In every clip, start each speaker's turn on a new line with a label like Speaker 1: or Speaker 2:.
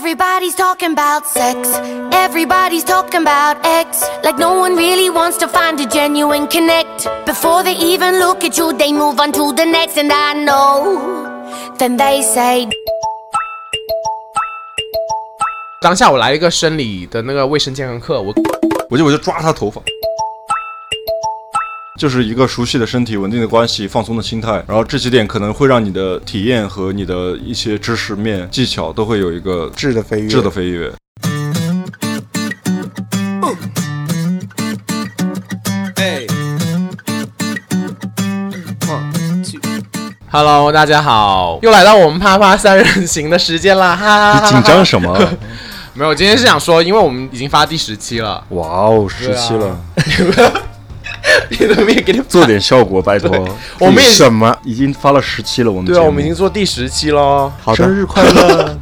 Speaker 1: Everybody's talking about sex. Everybody's talking about X. Like no one really wants to find a genuine connect. Before they even look at you, they move on to the next. And I know. Then they say,
Speaker 2: 当下我来一个生理的那个卫生健康课，我
Speaker 3: 我就我就抓他头发。就是一个熟悉的身体、稳定的关系、放松的心态，然后这几点可能会让你的体验和你的一些知识面、技巧都会有一个
Speaker 4: 质的飞跃，
Speaker 3: 质的飞跃。哎
Speaker 2: 嗯 Hello，大家好，又来到我们啪啪三人行的时间啦！哈哈哈
Speaker 3: 你
Speaker 2: 哈
Speaker 3: 紧张什么？
Speaker 2: 没有，今天是想说，因为我们已经发第十期了，
Speaker 3: 哇哦，十期
Speaker 2: 对
Speaker 3: 了
Speaker 2: 啊，你怎么也给你
Speaker 3: 做点效果，拜托。
Speaker 2: 我们也
Speaker 4: 什么？
Speaker 3: 已经发了十期了，我们
Speaker 2: 对
Speaker 3: 节
Speaker 2: 啊，
Speaker 3: 目
Speaker 2: 我们已经做第十期喽。
Speaker 4: 好
Speaker 3: 生
Speaker 4: 的，
Speaker 3: 日快乐。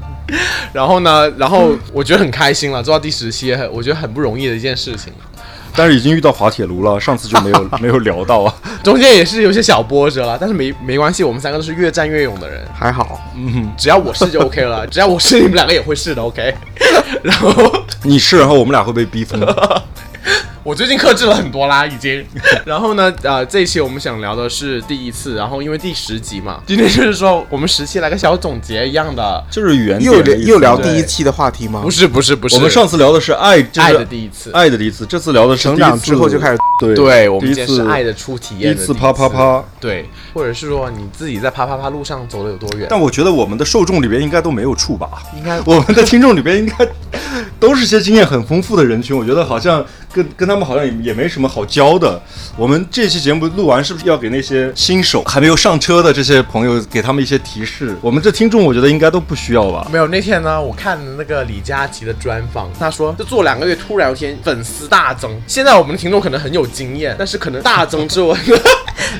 Speaker 2: 然后呢，然后我觉得很开心了，做到第十期也很，我觉得很不容易的一件事情。
Speaker 3: 但是已经遇到滑铁卢了，上次就没 有没有聊到啊。
Speaker 2: 中间也是有些小波折了，但是没没关系，我们三个都是越战越勇的人，嗯
Speaker 4: 还好。
Speaker 2: 只要我是就 OK 了，只要我是，你们两个也会是的，OK。然 后
Speaker 3: 你是，然后我们俩会被逼疯。
Speaker 2: 我最近克制了很多啦，已 经。然后呢，呃，这一期我们想聊的是第一次，然后因为第十集嘛，今天就是说我们十期来个小总结一样的，
Speaker 3: 就是语言
Speaker 4: 又聊又聊
Speaker 2: 对
Speaker 4: 第一期的话题吗
Speaker 2: 不？是不是不是，
Speaker 3: 我们上次聊的是爱，就是
Speaker 2: 爱的第一次
Speaker 3: 爱的第一次。这次聊的是
Speaker 4: 成长
Speaker 3: 第一次
Speaker 4: 之后就开始
Speaker 3: 对
Speaker 2: 对，我
Speaker 3: 第
Speaker 2: 们
Speaker 3: 一
Speaker 2: 今天是
Speaker 3: 次
Speaker 2: 爱的初体
Speaker 3: 第
Speaker 2: 验
Speaker 3: 一
Speaker 2: 的
Speaker 3: 次啪啪啪。
Speaker 2: 对，或者是说你自己在啪啪啪路上走了有多远？
Speaker 3: 但我觉得我们的受众里边应该都没有处吧，
Speaker 2: 应该
Speaker 3: 我们的听众里边应该 都是些经验很丰富的人群。我觉得好像跟跟他们好像也也没什么好教的。我们这期节目录完，是不是要给那些新手还没有上车的这些朋友给他们一些提示？我们这听众我觉得应该都不需要吧。
Speaker 2: 没有，那天呢，我看那个李佳琦的专访，他说就做两个月，突然有一天粉丝大增。现在我们的听众可能很有经验，但是可能大增之后，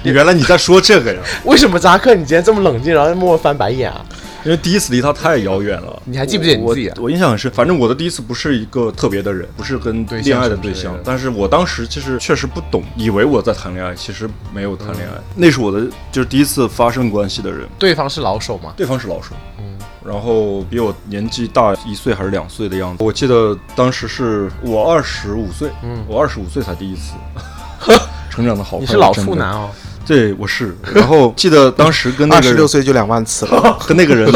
Speaker 3: 原来你在说这个呀？
Speaker 2: 为什么扎克你今天这么冷静，然后默默翻白眼啊？
Speaker 3: 因为第一次离他太遥远了。
Speaker 2: 你还记不记得你自己啊
Speaker 3: 我？我印象很深，反正我的第一次不是一个特别的人，不是跟
Speaker 2: 对象
Speaker 3: 恋爱的
Speaker 2: 什么之
Speaker 3: 对
Speaker 2: 类
Speaker 3: 象，
Speaker 2: 的
Speaker 3: 但是我当时其实确实不懂，以为我在谈恋爱，其实没有谈恋爱。那是我的就是第一次发生关系的人，
Speaker 2: 对方是老手嘛？
Speaker 3: 对方是老手。
Speaker 2: 嗯
Speaker 3: 然后比我年纪大一岁还是两岁的样子，我记得当时是我二十五岁，嗯，我二十五岁才第一次， 成长的好快，
Speaker 2: 你是老
Speaker 3: 真的
Speaker 2: 处男，哦，
Speaker 3: 对，我是。然后记得当时跟那
Speaker 4: 二
Speaker 3: 个
Speaker 4: 十
Speaker 3: 人
Speaker 4: 六，岁就两万 次了，
Speaker 3: 跟那 个人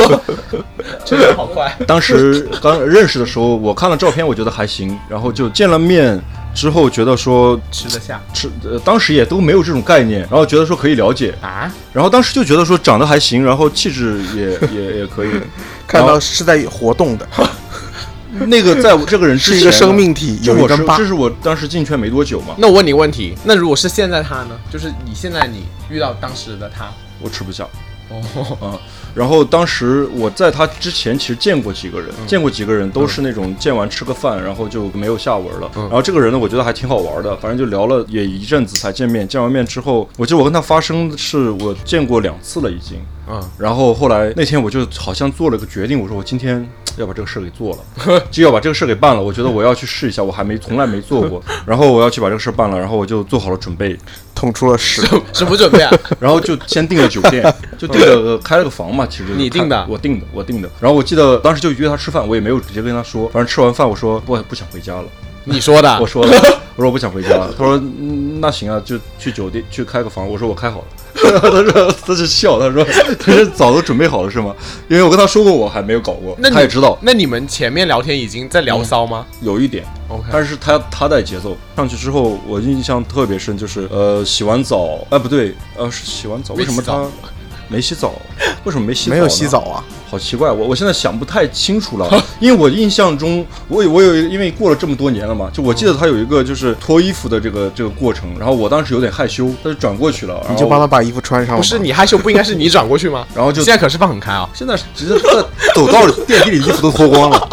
Speaker 2: 真的好快。
Speaker 3: 当时刚认识的时候，我看了照片，我觉得还行，然后就见了面之后，觉得说
Speaker 2: 吃得下
Speaker 3: 吃、呃，当时也都没有这种概念，然后觉得说可以了解，
Speaker 2: 啊？
Speaker 3: 然后当时就觉得说长得还行，然后气质也也也可以。
Speaker 4: 看到是在活动的，
Speaker 3: 那个在我这个人之
Speaker 4: 是
Speaker 3: 前
Speaker 4: 一个生命体，
Speaker 3: 这
Speaker 4: 有一
Speaker 3: 我是
Speaker 4: 根疤
Speaker 3: 这。是我当时进圈没多久嘛，
Speaker 2: 那我问你个问题，那如果是现在他呢？就是你现在你遇到当时的他，
Speaker 3: 我吃不下。
Speaker 2: 哦，
Speaker 3: 啊。然后当时我在他之前其实见过几个人，
Speaker 2: 嗯
Speaker 3: 见过几个人都是那种见完吃个饭，然后就没有下文了。
Speaker 2: 嗯
Speaker 3: 然后这个人呢，我觉得还挺好玩的，反正就聊了也一阵子才见面。见完面之后，我记得我跟他发生的是我见过两次了已经。
Speaker 2: 嗯，
Speaker 3: 然后后来那天我就好像做了个决定，我说我今天要把这个事儿给做 了，就要把这个事儿给办了。我觉得我要去试一下，我还没从来没做过，然后我要去把这个事儿办了，然后我就做好了准备，
Speaker 4: 捅出了屎，
Speaker 2: 什么准备啊？
Speaker 3: 然后就先订了酒店， 就订了个开了个房嘛，其实就是
Speaker 2: 你订的
Speaker 3: 我订的，我订的。然后我记得当时就约他吃饭，我也没有直接跟他说，反正吃完饭我说不不想回家了，
Speaker 2: 你说的
Speaker 3: 我，说了，我说我不想回家了。他说嗯那行啊，就去酒店去开个房。我说我开好了。 他说他是笑，他说他是早都准备好了是吗？因为我跟他说过我还没有搞过，
Speaker 2: 那你
Speaker 3: 他也知道嗯
Speaker 2: 那你们前面聊天已经在聊骚吗？
Speaker 3: 有一点
Speaker 2: OK
Speaker 3: 但是他他带节奏上去之后，我印象特别深，就是呃洗完澡，哎不对，呃是洗完澡
Speaker 2: 没
Speaker 3: 为什么
Speaker 2: 洗澡
Speaker 3: 他 没洗澡？为什么没洗澡？
Speaker 4: 没有洗澡，啊？
Speaker 3: 好奇怪，我我现在想不太清楚了，因为我印象中，我有我有因为过了这么多年了嘛，就我记得他有一个就是脱衣服的这个这个过程，然后我当时有点害羞，他就转过去了，然后
Speaker 4: 你就帮他把衣服穿上
Speaker 2: 不
Speaker 4: 吧。
Speaker 2: 是你害羞，不应该是你转过去吗？
Speaker 3: 然后就
Speaker 2: 现在可是放很开啊、
Speaker 3: 现在是直接 在走道里电梯里衣服都脱光了，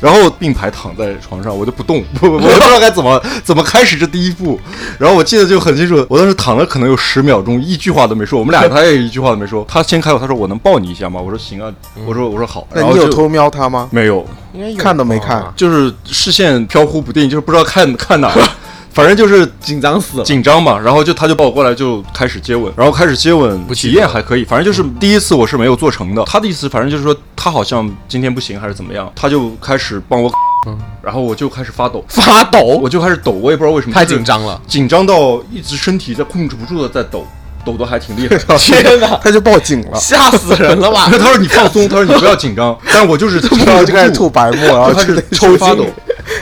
Speaker 3: 然后并排躺在床上，我就不动， 不不，我也不知道该怎么怎么开始这第一步。然后我记得就很清楚，我当时躺了可能有十秒钟，一句话都没说，我们俩他也一句话都没说。他先开口，他说我能抱你一下吗？我说行啊，我说我说好。
Speaker 4: 嗯那
Speaker 3: 然后
Speaker 4: 你有
Speaker 3: 就
Speaker 4: 偷瞄他吗？
Speaker 3: 没有？
Speaker 2: 应该有
Speaker 4: 看都没看
Speaker 2: 吧
Speaker 3: 就是视线飘忽不定，就是不知道看看哪儿。反正就是
Speaker 2: 紧张死了。
Speaker 3: 紧张嘛，然后就他就抱我过来就开始接吻，然后开始接吻，
Speaker 2: 不记
Speaker 3: 体
Speaker 2: 得
Speaker 3: 验还可以，反正就是第一次我是没有做成的。他的意思反正就是说他好像今天不行还是怎么样，他就开始帮我， 然后我就开始发抖，
Speaker 2: 发抖
Speaker 3: 我，就开始抖，我也不知道为什么
Speaker 2: 太
Speaker 3: 就是
Speaker 2: 紧张了。
Speaker 3: 紧张到一直身体在控制不住的在抖，抖得还挺厉害。
Speaker 2: 天 哪，
Speaker 4: 他就报警 了，
Speaker 2: 吓死人了吧
Speaker 3: 他？ 说你放松，他说你不要紧张，但是我就是控制
Speaker 4: 然后
Speaker 3: 不
Speaker 4: 就开始
Speaker 3: 住
Speaker 4: 吐白沫，然后
Speaker 3: 就开始
Speaker 4: 就得
Speaker 3: 抽发抖
Speaker 4: 筋，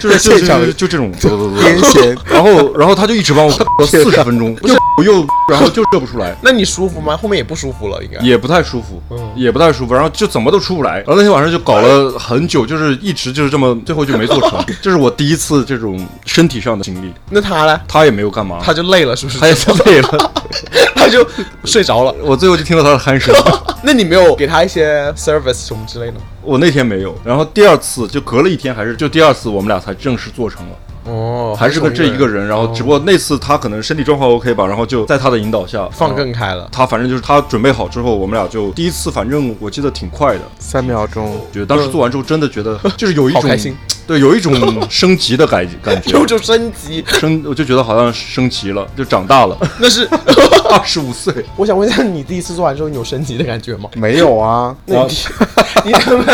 Speaker 3: 就是就
Speaker 4: 现
Speaker 3: 就
Speaker 4: 场
Speaker 3: 就就这种，抖抖抖
Speaker 4: 癫痫。
Speaker 3: 然后然后他就一直帮我抖四十分钟，又又然后就射不出来。
Speaker 2: 那你舒服吗？后面也不舒服了，应该。
Speaker 3: 也不太舒服，也不太舒服，然后就怎么都出不来。然后那天晚上就搞了很久，就是一直就是这么，最后就没做 成。这是我第一次这种身体上的经历，
Speaker 2: 那他呢？
Speaker 3: 他也没有干嘛，
Speaker 2: 他就累了，是不是？
Speaker 3: 他也太累了。
Speaker 2: 他就睡着了。
Speaker 3: 我最后就听到他的鼾 声，
Speaker 2: 那你没有给他一些 service 什么之类的吗？
Speaker 3: 我那天没有。然后第二次就隔了一天，还是就第二次我们俩才正式做成了。
Speaker 2: 哦，
Speaker 3: 还是跟这一个人，然哦后只不过那次他可能身体状况 OK 吧，然后就在他的引导下
Speaker 2: 放更开了。
Speaker 3: 他反正就是他准备好之后，我们俩就第一次，反正我记得挺快的，
Speaker 4: 三秒钟，
Speaker 3: 觉得当时做完之后真的 觉得就是有一
Speaker 2: 好
Speaker 3: 种
Speaker 2: 开心，
Speaker 3: 对，有 一种升级的感感觉
Speaker 2: 有，种升级，
Speaker 3: 升我就觉得好像升级了，就长大了，
Speaker 2: 那是
Speaker 3: 二十五岁，
Speaker 2: 我想问一下，你第一次做完之后，你有升级的感觉吗？
Speaker 4: 没有
Speaker 3: 哦
Speaker 4: 啊，
Speaker 2: 那你你他妈，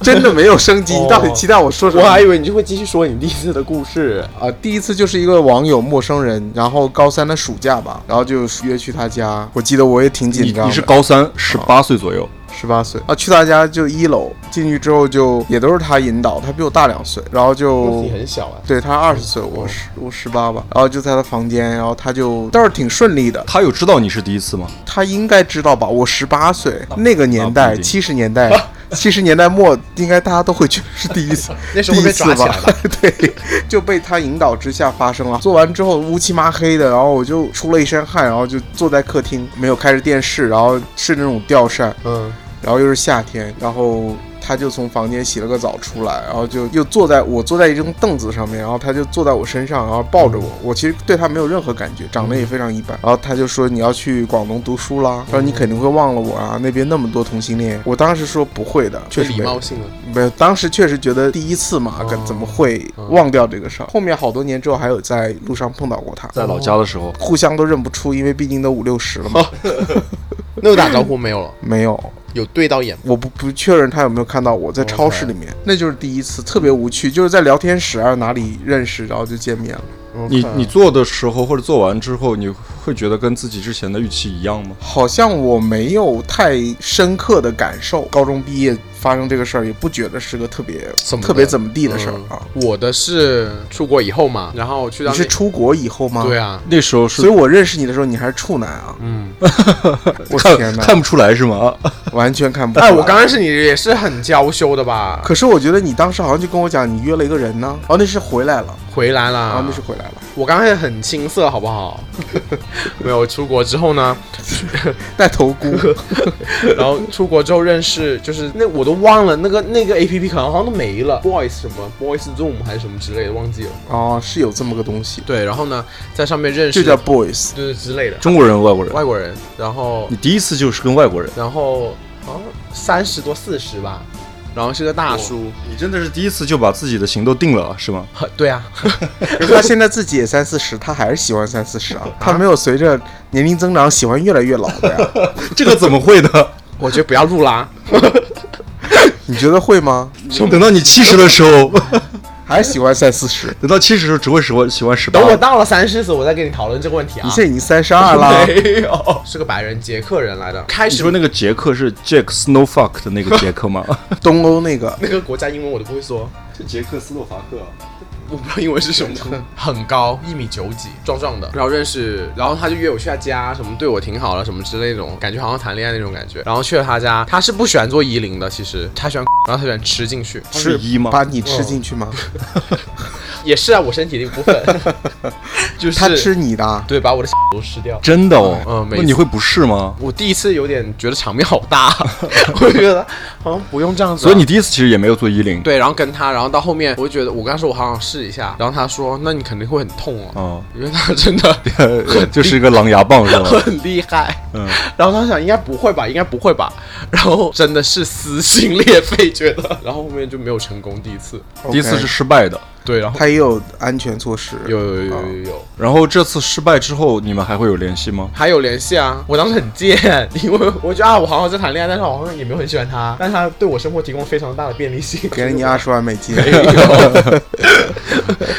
Speaker 4: 真的没有升级。
Speaker 2: 哦
Speaker 4: 你到底期待我说什
Speaker 2: 我
Speaker 4: 么？
Speaker 2: 还以为你就会继续说你第一次的故事。
Speaker 4: 啊，第一次就是一个网友陌生人，然后高三的暑假吧，然后就约去他家。我记得我也挺紧
Speaker 3: 你
Speaker 4: 张的。
Speaker 3: 你是高三，十八岁左右，
Speaker 4: 十八岁啊？去他家就一楼，进去之后就也都是他引导，他比我大两岁，然后就
Speaker 2: 你很小啊，
Speaker 4: 对他二十岁，我十我十八吧，然后就在他房间，然后他就倒是挺顺利的，
Speaker 3: 他有知道你是第一次吗？
Speaker 4: 他应该知道吧？我十八岁
Speaker 2: 啊
Speaker 4: 那个年
Speaker 3: 那
Speaker 4: 代，
Speaker 3: 不一定
Speaker 4: 七十年代，
Speaker 2: ，
Speaker 4: 七十年代末应该大家都会觉得是第一次
Speaker 2: 那时候会被
Speaker 4: 第一
Speaker 2: 抓
Speaker 4: 次
Speaker 2: 起
Speaker 4: 吧
Speaker 2: 来？
Speaker 4: 对，就被他引导之下发生了。做完之后乌漆麻黑的，然后我就出了一身汗，然后就坐在客厅，没有开着电视，然后是那种吊扇，
Speaker 2: 嗯，
Speaker 4: 然后又是夏天，然后他就从房间洗了个澡出来，然后就又坐在我坐在一张凳子上面，然后他就坐在我身上，然后抱着我。我其实对他没有任何感觉，长得也非常一般。然后他就说你要去广东读书啦，说你肯定会忘了我啊，那边那么多同性恋。我当时说不会的，确
Speaker 2: 有
Speaker 4: 实
Speaker 2: 礼
Speaker 4: 没有
Speaker 2: 貌。性了。
Speaker 4: 没有，当时确实觉得第一次嘛，跟怎么会忘掉这个事儿？后面好多年之后，还有在路上碰到过他，
Speaker 3: 在老家的时候，
Speaker 4: 互相都认不出，因为毕竟都五六十了嘛。
Speaker 2: 那有打招呼没有了？
Speaker 4: 没有，
Speaker 2: 有对到眼吗？
Speaker 4: 我不不确认他有没有看到我
Speaker 2: 哦
Speaker 4: 在超市里面那就是第一次，特别无趣，就是在聊天室啊哪里认识，然后就见面了。
Speaker 3: 你你做的时候或者做完之后，你会觉得跟自己之前的预期一样吗？
Speaker 4: 好像我没有太深刻的感受，高中毕业发生这个事儿，也不觉得是个特别
Speaker 2: 怎么的
Speaker 4: 特别怎么地的事儿
Speaker 2: 嗯
Speaker 4: 啊。
Speaker 2: 我的是出国以后嘛，然后去到
Speaker 4: 你是
Speaker 2: 那
Speaker 4: 出国以后吗？
Speaker 2: 对。啊，
Speaker 3: 那时候
Speaker 4: 所以
Speaker 3: 是
Speaker 4: 我认识你的时候，你还是处男啊！
Speaker 2: 嗯，
Speaker 4: 我
Speaker 3: 看
Speaker 4: 天哪，
Speaker 3: 看不出来是吗？啊
Speaker 4: 完全看不出来。
Speaker 2: 哎，我刚认识你也是很娇羞的吧？
Speaker 4: 可是我觉得你当时好像就跟我讲，你约了一个人呢。哦，那是回来了，
Speaker 2: 回来啦，
Speaker 4: 哦，那是回来了。
Speaker 2: 我刚才很青涩，好不好？ 没有出国之后呢，
Speaker 4: 戴头箍，
Speaker 2: 然后出国之后认识，就是那我都忘了那个那个 A P P 可能好像都没了，Boys 什么 Boys Zoom 还是什么之类的，忘记了。
Speaker 4: 哦，是有这么个东西，
Speaker 2: 对，然后呢，在上面认识
Speaker 4: 就叫 boys。
Speaker 2: 就是之类的
Speaker 3: 中国人、外国人，
Speaker 2: 外国人，然后
Speaker 3: 你第一次就是跟外国人，
Speaker 2: 然后好像三十多四十吧，然后是个大叔，
Speaker 3: 你真的是第一次就把自己的行都定了是吗？
Speaker 2: 对啊，
Speaker 4: 可是他现在自己也三四十，他还是喜欢三四十啊，他没有随着年龄增长喜欢越来越老的呀。
Speaker 3: 这个怎么会呢？
Speaker 2: 我觉得不要录啦，
Speaker 4: 你觉得会吗？
Speaker 3: 等到你七十的时候，
Speaker 4: 还是喜欢三四十？
Speaker 3: 等到七十的时候只会喜欢喜欢十八
Speaker 2: 等。我到了三十岁，我再跟你哎讨论这个问题啊。
Speaker 4: 你现在已经三十 二了，
Speaker 2: 没有，是个白人捷克人来的，开
Speaker 3: 你
Speaker 2: 始
Speaker 3: 说那个杰克是 Jack Snowfuck 的那个杰克 吗？
Speaker 4: 东欧那个
Speaker 2: 那个国家英文我都不会说，
Speaker 3: 是杰克斯洛伐克、啊
Speaker 2: 我不知道英文是什么， 很高，一米九几，壮壮的。然后认识，然后他就约我去他家，什么对我挺好了，什么之类那种，感觉好像谈恋爱那种感觉。然后去了他家，他是不喜欢做衣领的，其实他喜欢，然后他喜欢吃进去，
Speaker 3: 是一吗？
Speaker 4: 把你吃进去吗？
Speaker 2: 也是啊，我身体的一部分， 就是
Speaker 4: 他吃，你的啊，
Speaker 2: 对，把我的都吃掉。
Speaker 3: 真的哦，
Speaker 2: 嗯没
Speaker 3: 那你会不适吗？
Speaker 2: 我第一次有点觉得场面好大， 我就觉得好像不用这样子啊、
Speaker 3: 所以你第一次其实也没有做衣领，，
Speaker 2: 对，然后跟他，然后到后面我就觉得，我刚说我好想试一下，然后他说，那你肯定会很痛哦，
Speaker 3: 哦，
Speaker 2: 因为他真 的
Speaker 3: 就是一个狼牙棒是 吧？
Speaker 2: 很厉害。
Speaker 3: 嗯，
Speaker 2: 然后他想应该不会吧，应该不会吧，然后真的是撕心裂肺，觉得，然后后面就没有成功第一次。
Speaker 3: 第一次是失败的，
Speaker 2: 对，然后
Speaker 4: 他也有安全措施。
Speaker 2: 有有有
Speaker 4: 啊
Speaker 2: 有有有。
Speaker 3: 然后这次失败之后，你们还会有联系吗？
Speaker 2: 还有联系啊！我当时很贱，因为我觉得啊，我好像在谈恋爱，但是我好像也没有很喜欢他，但是他对我生活提供非常大的便利性，
Speaker 4: 给 了你二十万美金，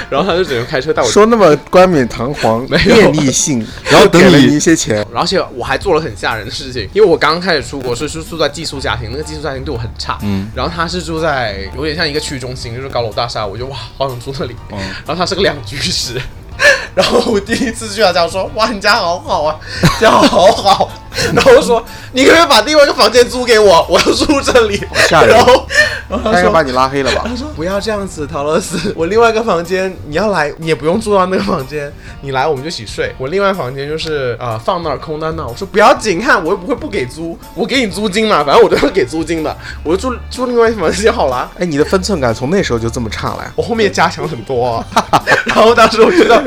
Speaker 2: 然后他就只能开车带我
Speaker 4: 说那么冠冕堂皇、
Speaker 2: 没有
Speaker 4: 便利性，
Speaker 3: 然后等
Speaker 4: 给了
Speaker 3: 你
Speaker 4: 你一些钱，
Speaker 2: 然后而且我还做了很吓人的事情，因为我刚开始出国是是住在寄宿家庭，那个寄宿家庭对我很差，
Speaker 3: 嗯
Speaker 2: 然后他是住在有点像一个区中心，就是高楼大厦，我就哇好想住那里，
Speaker 3: 嗯
Speaker 2: 然后他是个两居室。 然后我第一次去他家，我说哇，你家好好 啊，家好好。然后我说你可不可以把另外一个房间租给我，我要住这里。
Speaker 4: 吓人
Speaker 2: 然后，然后他
Speaker 4: 他应该
Speaker 2: 说
Speaker 4: 把你拉黑了吧
Speaker 2: 他？说不要这样子，陶乐斯， 我另外一个房间你要来，你也不用住到那个房间，你来我们就一起睡。我另外房间就是呃放那儿空在那儿，我说不要紧，看我又不会不给租，我给你租金嘛，反正我都要给租金的，我就住住另外一房间好了。
Speaker 4: 哎，你的分寸感从那时候就这么差了呀？
Speaker 2: 我后面加强很多、啊 然后当时我去到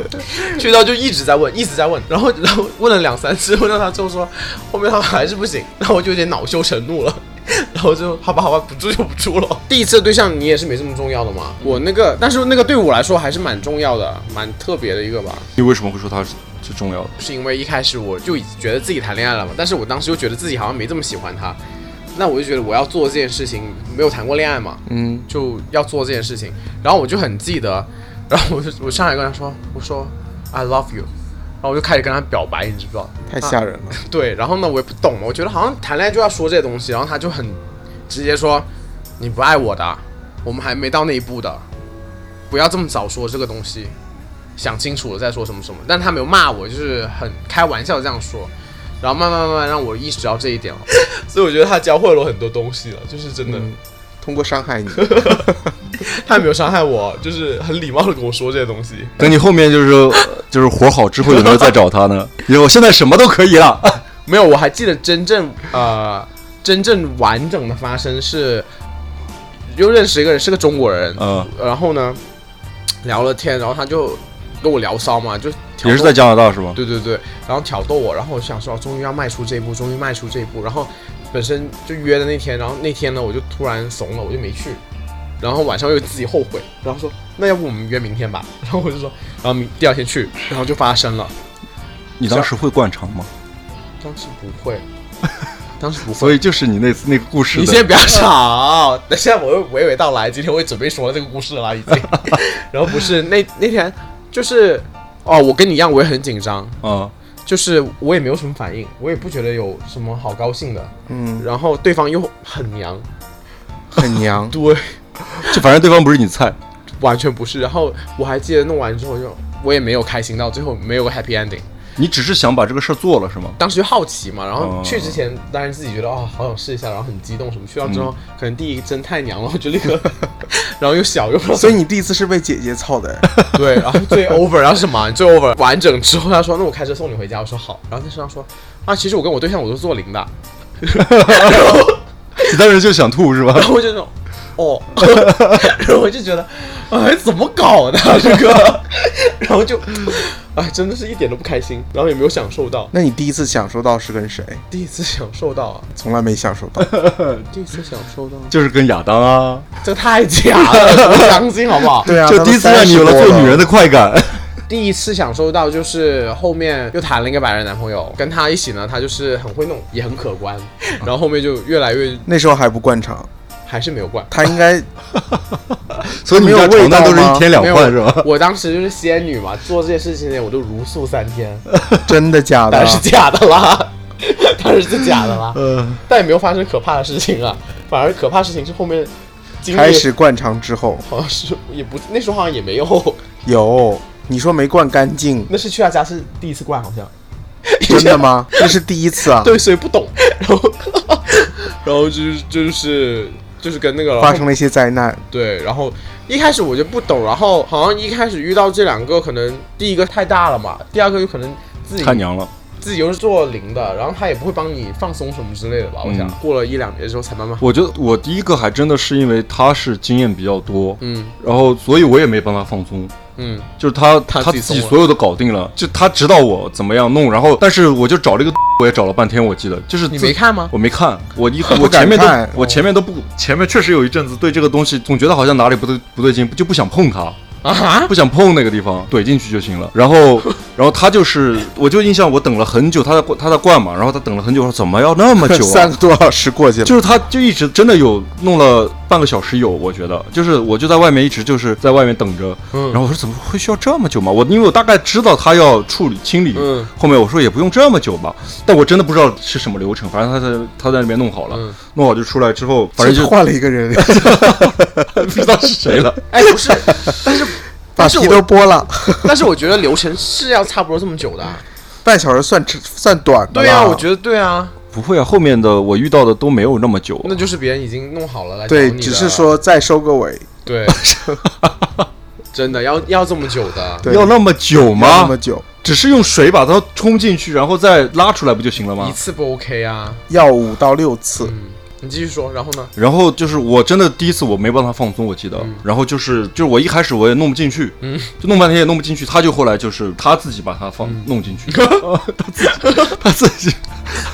Speaker 2: 去到就一直在问，一直在问，然后然后问了两三次，问到他之后说后面他还是不行，然后我就有点恼羞成怒了。然后就好吧，好吧，不住就不住了。第一次对象你也是没这么重要的嘛？我那个，但是那个对我来说还是蛮重要的，蛮特别的一个吧。
Speaker 3: 你为什么会说它是最重要的？
Speaker 2: 是因为一开始我就已经觉得自己谈恋爱了嘛，但是我当时又觉得自己好像没这么喜欢他，那我就觉得我要做这件事情，没有谈过恋爱嘛，
Speaker 4: 嗯，
Speaker 2: 就要做这件事情。然后我就很记得，然后我就我上来跟他说，我说 I love you，然后我就开始跟他表白，你知不知道？
Speaker 4: 太吓人了。
Speaker 2: 对，然后呢，我也不懂嘛，我觉得好像谈恋爱就要说这些东西，然后他就很直接说你不爱我的，我们还没到那一步的，不要这么早说这个东西，想清楚了再说什么什么。但他没有骂我，就是很开玩笑这样说，然后慢慢慢慢让我意识到这一点哦了，所以我觉得他教会了我很多东西了，就是真的。
Speaker 4: 嗯，通过伤害你，
Speaker 2: 他也没有伤害我，就是很礼貌的跟我说这些东西。
Speaker 3: 等你后面就是说就是活好之后，有没有再找他呢？ 你说我现在什么都可以了，
Speaker 2: 没有，我还记得真正呃真正完整的发生是，又认识一个人，是个中国人，
Speaker 3: 嗯，
Speaker 2: 然后呢聊了天，然后他就跟我聊骚嘛，就挑逗
Speaker 3: 也是在加拿大是吗？
Speaker 2: 对对对，然后挑逗我，然后我想说，终于要迈出这一步，终于迈出这一步。然后本身就约的那天，然后那天呢，我就突然怂了，我就没去。然后晚上又自己后悔，然后说那要不我们约明天吧？然后我就说，然后明第二天去，然后就发生了。
Speaker 3: 你当时会灌肠吗？
Speaker 2: 当时不会，当时不会。
Speaker 3: 所以就是你那次那个故事的，
Speaker 2: 你先不要吵，等下我会娓娓道来。今天我也准备说了这个故事了，已经。然后不是那那天就是哦，我跟你一样，我也很紧张，
Speaker 3: 啊，
Speaker 2: 就是我也没有什么反应，我也不觉得有什么好高兴的。
Speaker 4: 嗯，
Speaker 2: 然后对方又很娘，，
Speaker 4: 很娘
Speaker 2: 对，
Speaker 3: 就反正对方不是你菜，
Speaker 2: 完全不是。然后我还记得弄完之后就。我也没有开心到最后，没有个 happy ending。
Speaker 3: 你只是想把这个事儿做了是吗？
Speaker 2: 当时就好奇嘛，然后
Speaker 3: 哦
Speaker 2: 去之前当然自己觉得哦，好想试一下，然后很激动什么。去到之后，可能第一真太娘了，我就立刻，然后又小又不知道
Speaker 4: 所以你第一次是被姐姐操的，
Speaker 2: 对，然后最 over，然后是什么？啊最 over 完整之后，他说：“那我开车送你回家。”我说：“好。”然后他身上说：“啊，其实我跟我对象我都是做零的。
Speaker 3: 你当时就想吐是吧”？
Speaker 2: 然后我就那种，哦，然后我就觉得，哎，怎么搞的这个？ 然后就，哎，真的是一点都不开心，然后也没有享受到，
Speaker 4: 那你第一次享受到是跟谁？
Speaker 2: 第一次享受到啊，
Speaker 4: 从来没享受到。
Speaker 2: 第一次享受到，
Speaker 3: 就是跟亚当啊，
Speaker 2: 这太假了，不良心好不好？
Speaker 4: 对啊，
Speaker 3: 就第一次让你有了做女人
Speaker 4: 的。
Speaker 3: 的快感。
Speaker 2: 第一次享受到就是后面又谈了一个白人男朋友，跟他一起呢，他就是很会弄，也很可观，然后后面就越来越
Speaker 4: 那时候还不惯常，
Speaker 2: 还是没有灌。
Speaker 4: 他应该
Speaker 3: 所以你们家床单都是一天两
Speaker 2: 没有
Speaker 3: 换是吧？
Speaker 2: 我当时就是仙女嘛，做这些事情呢，我都如素三 天，
Speaker 4: 真的假
Speaker 2: 当
Speaker 4: 的
Speaker 2: 然？是假的啦， 当然是假的啦，
Speaker 3: 呃，
Speaker 2: 但也没有发生可怕的事情啊，反而可怕的事情是后面经历
Speaker 4: 开始惯常之后
Speaker 2: 好像是也不那时候好像也没有，
Speaker 4: 有，你说没灌干净，
Speaker 2: 那是去他家是第一次灌好像，
Speaker 4: 真的吗？这是第一次啊，
Speaker 2: 对，所以不懂，然后 然后就是就是就是跟那个
Speaker 4: 发生了一些灾难。
Speaker 2: 对，然后一开始我就不懂，然后好像一开始遇到这两个，可能第一个太大了嘛，第二个有可能自己
Speaker 3: 太娘了，
Speaker 2: 自己又是做零的，然后他也不会帮你放松什么之类的吧？我想
Speaker 3: 嗯
Speaker 2: 过了一两年之后才慢慢好。
Speaker 3: 我觉得我第一个还真的是因为他是经验比较多，
Speaker 2: 嗯
Speaker 3: 然后所以我也没帮他放松，
Speaker 2: 嗯，
Speaker 3: 就是他
Speaker 2: 他自
Speaker 3: 他
Speaker 2: 己
Speaker 3: 自己
Speaker 2: 怂了
Speaker 3: 所有都搞定了，就他指导我怎么样弄，然后但是我就找了一个， 我也找了半天，我记得就是
Speaker 2: 你
Speaker 3: 自
Speaker 2: 没看 吗
Speaker 3: 我没 看，我一我
Speaker 4: 不敢
Speaker 3: 前面都
Speaker 4: 看哦
Speaker 3: 我前面都不前面确实有一阵子对这个东西总觉得好像哪里不对不对劲，就不想碰它。
Speaker 2: 啊，
Speaker 3: 不想碰那个地方，怼进去就行了。然 后，然后他就是，我就印象我等了很久，他在他在灌嘛，然后他等了很久，我说怎么要那么久啊
Speaker 4: 三？个多小时过去了，
Speaker 3: 就是他就一直真的有弄了半个小时有，我觉得就是我就在外面一直就是在外面等着，
Speaker 2: 嗯
Speaker 3: 然后我说怎么会需要这么久嘛？我因为我大概知道他要处理清理，
Speaker 2: 嗯
Speaker 3: 后面我说也不用这么久吧，但我真的不知道是什么流程，反正他在他在那边弄好了，
Speaker 2: 嗯
Speaker 3: 弄好就出来之后，反 正就
Speaker 4: 换了一个 人，
Speaker 3: 不知道是谁了。
Speaker 2: 哎，不是，但是
Speaker 4: 把
Speaker 2: 但是
Speaker 4: 皮
Speaker 2: 我
Speaker 4: 都剥了，
Speaker 2: 但是我觉得流程是要差不多这么久的啊。
Speaker 4: 半小时算算短的
Speaker 2: 对啊，我
Speaker 4: 得
Speaker 2: 觉得对啊，
Speaker 3: 不会啊，后面的我遇到的都没有那么久，
Speaker 2: 那就是别人已经弄好了来找
Speaker 4: 对，
Speaker 2: 你
Speaker 4: 只
Speaker 2: 的啊
Speaker 4: 是说再收个尾，
Speaker 2: 对，真的要要这么久的。
Speaker 4: 对
Speaker 3: 要那么久
Speaker 4: 没有
Speaker 3: 吗
Speaker 4: 那么？久，
Speaker 3: 只是用水把它冲进去，然后再拉出来不就行了吗
Speaker 2: 一？次不 OK 啊？
Speaker 4: 要五到六次，
Speaker 2: 嗯，你继续说，然后呢？
Speaker 3: 然后就是我真的第一次我没办法放松，我记得。然后就是就是我一开始我也弄不进去，
Speaker 2: 嗯
Speaker 3: 就弄半天也弄不进去。他就后来就是他自己把它放、弄进 去，他自己他自己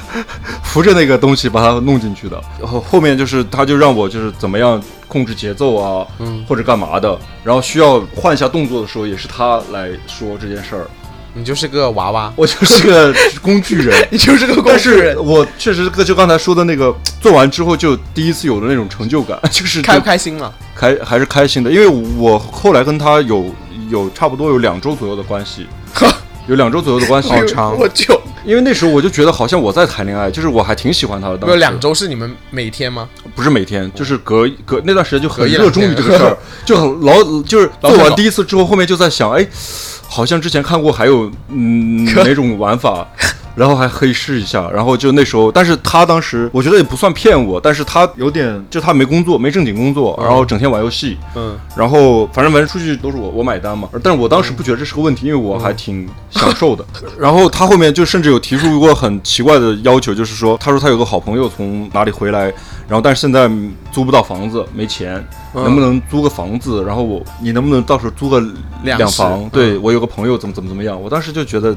Speaker 3: 扶着那个东西把它弄进去的。然后后面就是他就让我就是怎么样控制节奏啊，
Speaker 2: 嗯
Speaker 3: 或者干嘛的。然后需要换一下动作的时候，也是他来说这件事儿。
Speaker 2: 你就是个娃娃，
Speaker 3: 我就是个工具人。
Speaker 2: 你就是个工
Speaker 3: 但
Speaker 2: 具
Speaker 3: 是
Speaker 2: 人，
Speaker 3: 我确实，就刚才说的那个，做完之后就第一次有的那种成就感， 就是
Speaker 2: 开
Speaker 3: 就
Speaker 2: 不开心了？
Speaker 3: 还还是开心的，因为我后来跟他有有差不多有两周左右的关系，有两周左右的关系，
Speaker 4: 好长
Speaker 2: 哎 我就
Speaker 3: 因为那时候我就觉得好像我在谈恋爱，就是我还挺喜欢他的。当
Speaker 2: 没有
Speaker 3: 时
Speaker 2: 两，周是你们每天吗？
Speaker 3: 不是每天，就是隔隔那段时间就很
Speaker 2: 嗯隔一两
Speaker 3: 热衷于这个事 儿，就很老就是
Speaker 2: 老
Speaker 3: 做
Speaker 2: 想
Speaker 3: 完
Speaker 2: 搞
Speaker 3: 第一次之后，后面就在想，哎，好像之前看过还有嗯哪种玩 法。然后还可以试一下，然后就那时候，但是他当时我觉得也不算骗我，但是他有点，就他没工作，没正经工作，然后整天玩游戏，
Speaker 2: 嗯，
Speaker 3: 然后反正反正出去都是我我买单嘛，但是我当时不觉得这是个问题，因为我还挺享受的。嗯 然后他后面就甚至有提出过很奇怪的要求，就是说他说他有个好朋友从哪里回来，然后但是现在租不到房子，没钱，嗯能不能租个房子？然后我你能不能到时候租个
Speaker 2: 两
Speaker 3: 两
Speaker 2: 室
Speaker 3: 房？对我有个朋友怎么怎么怎么样，我当时就觉得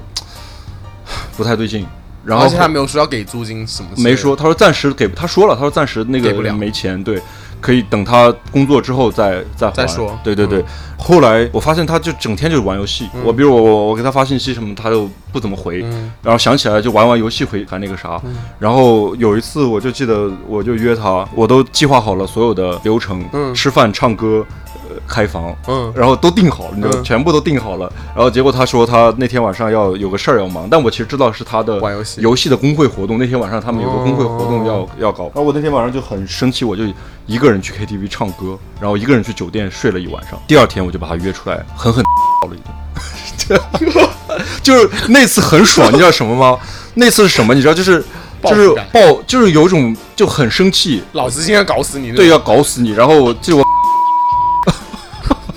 Speaker 3: 不太对劲。然后
Speaker 2: 而且他没有说要给租金什么之类的，
Speaker 3: 没说，他说暂时给，他说了，他说暂时那
Speaker 2: 给不了
Speaker 3: 个没钱，对，可以等他工作之后再再还
Speaker 2: 再说嗯
Speaker 3: 对对对。后来我发现他就整天就是玩游戏，我比如我我我给他发信息什么，他又不怎么回，
Speaker 2: 嗯
Speaker 3: 然后想起来就玩玩游戏回还那个啥。然后有一次我就记得我就约他，我都计划好了所有的流程，
Speaker 2: 嗯
Speaker 3: 吃饭、唱歌、呃开房，
Speaker 2: 嗯
Speaker 3: 然后都定好了，你知道，
Speaker 2: 嗯
Speaker 3: 全部都定好了。然后结果他说他那天晚上要有个事儿要忙，但我其实知道是他的
Speaker 2: 玩游戏
Speaker 3: 游戏的工会活动。那天晚上他们有个工会活动要、
Speaker 2: 哦
Speaker 3: 要搞，然后我那天晚上就很生气，我就一个人去 KTV 唱歌，然后一个人去酒店睡了一晚上。第二天我就把他约出来，狠狠了一顿。 就是那次很爽，你知道什么吗？那次是什么？你知道，就是
Speaker 2: 报
Speaker 3: 就
Speaker 2: 复
Speaker 3: 是
Speaker 2: 感
Speaker 3: 爆，就是有种就很生气，
Speaker 2: 老子今天搞死你！
Speaker 3: 对，要搞死你。然后我就我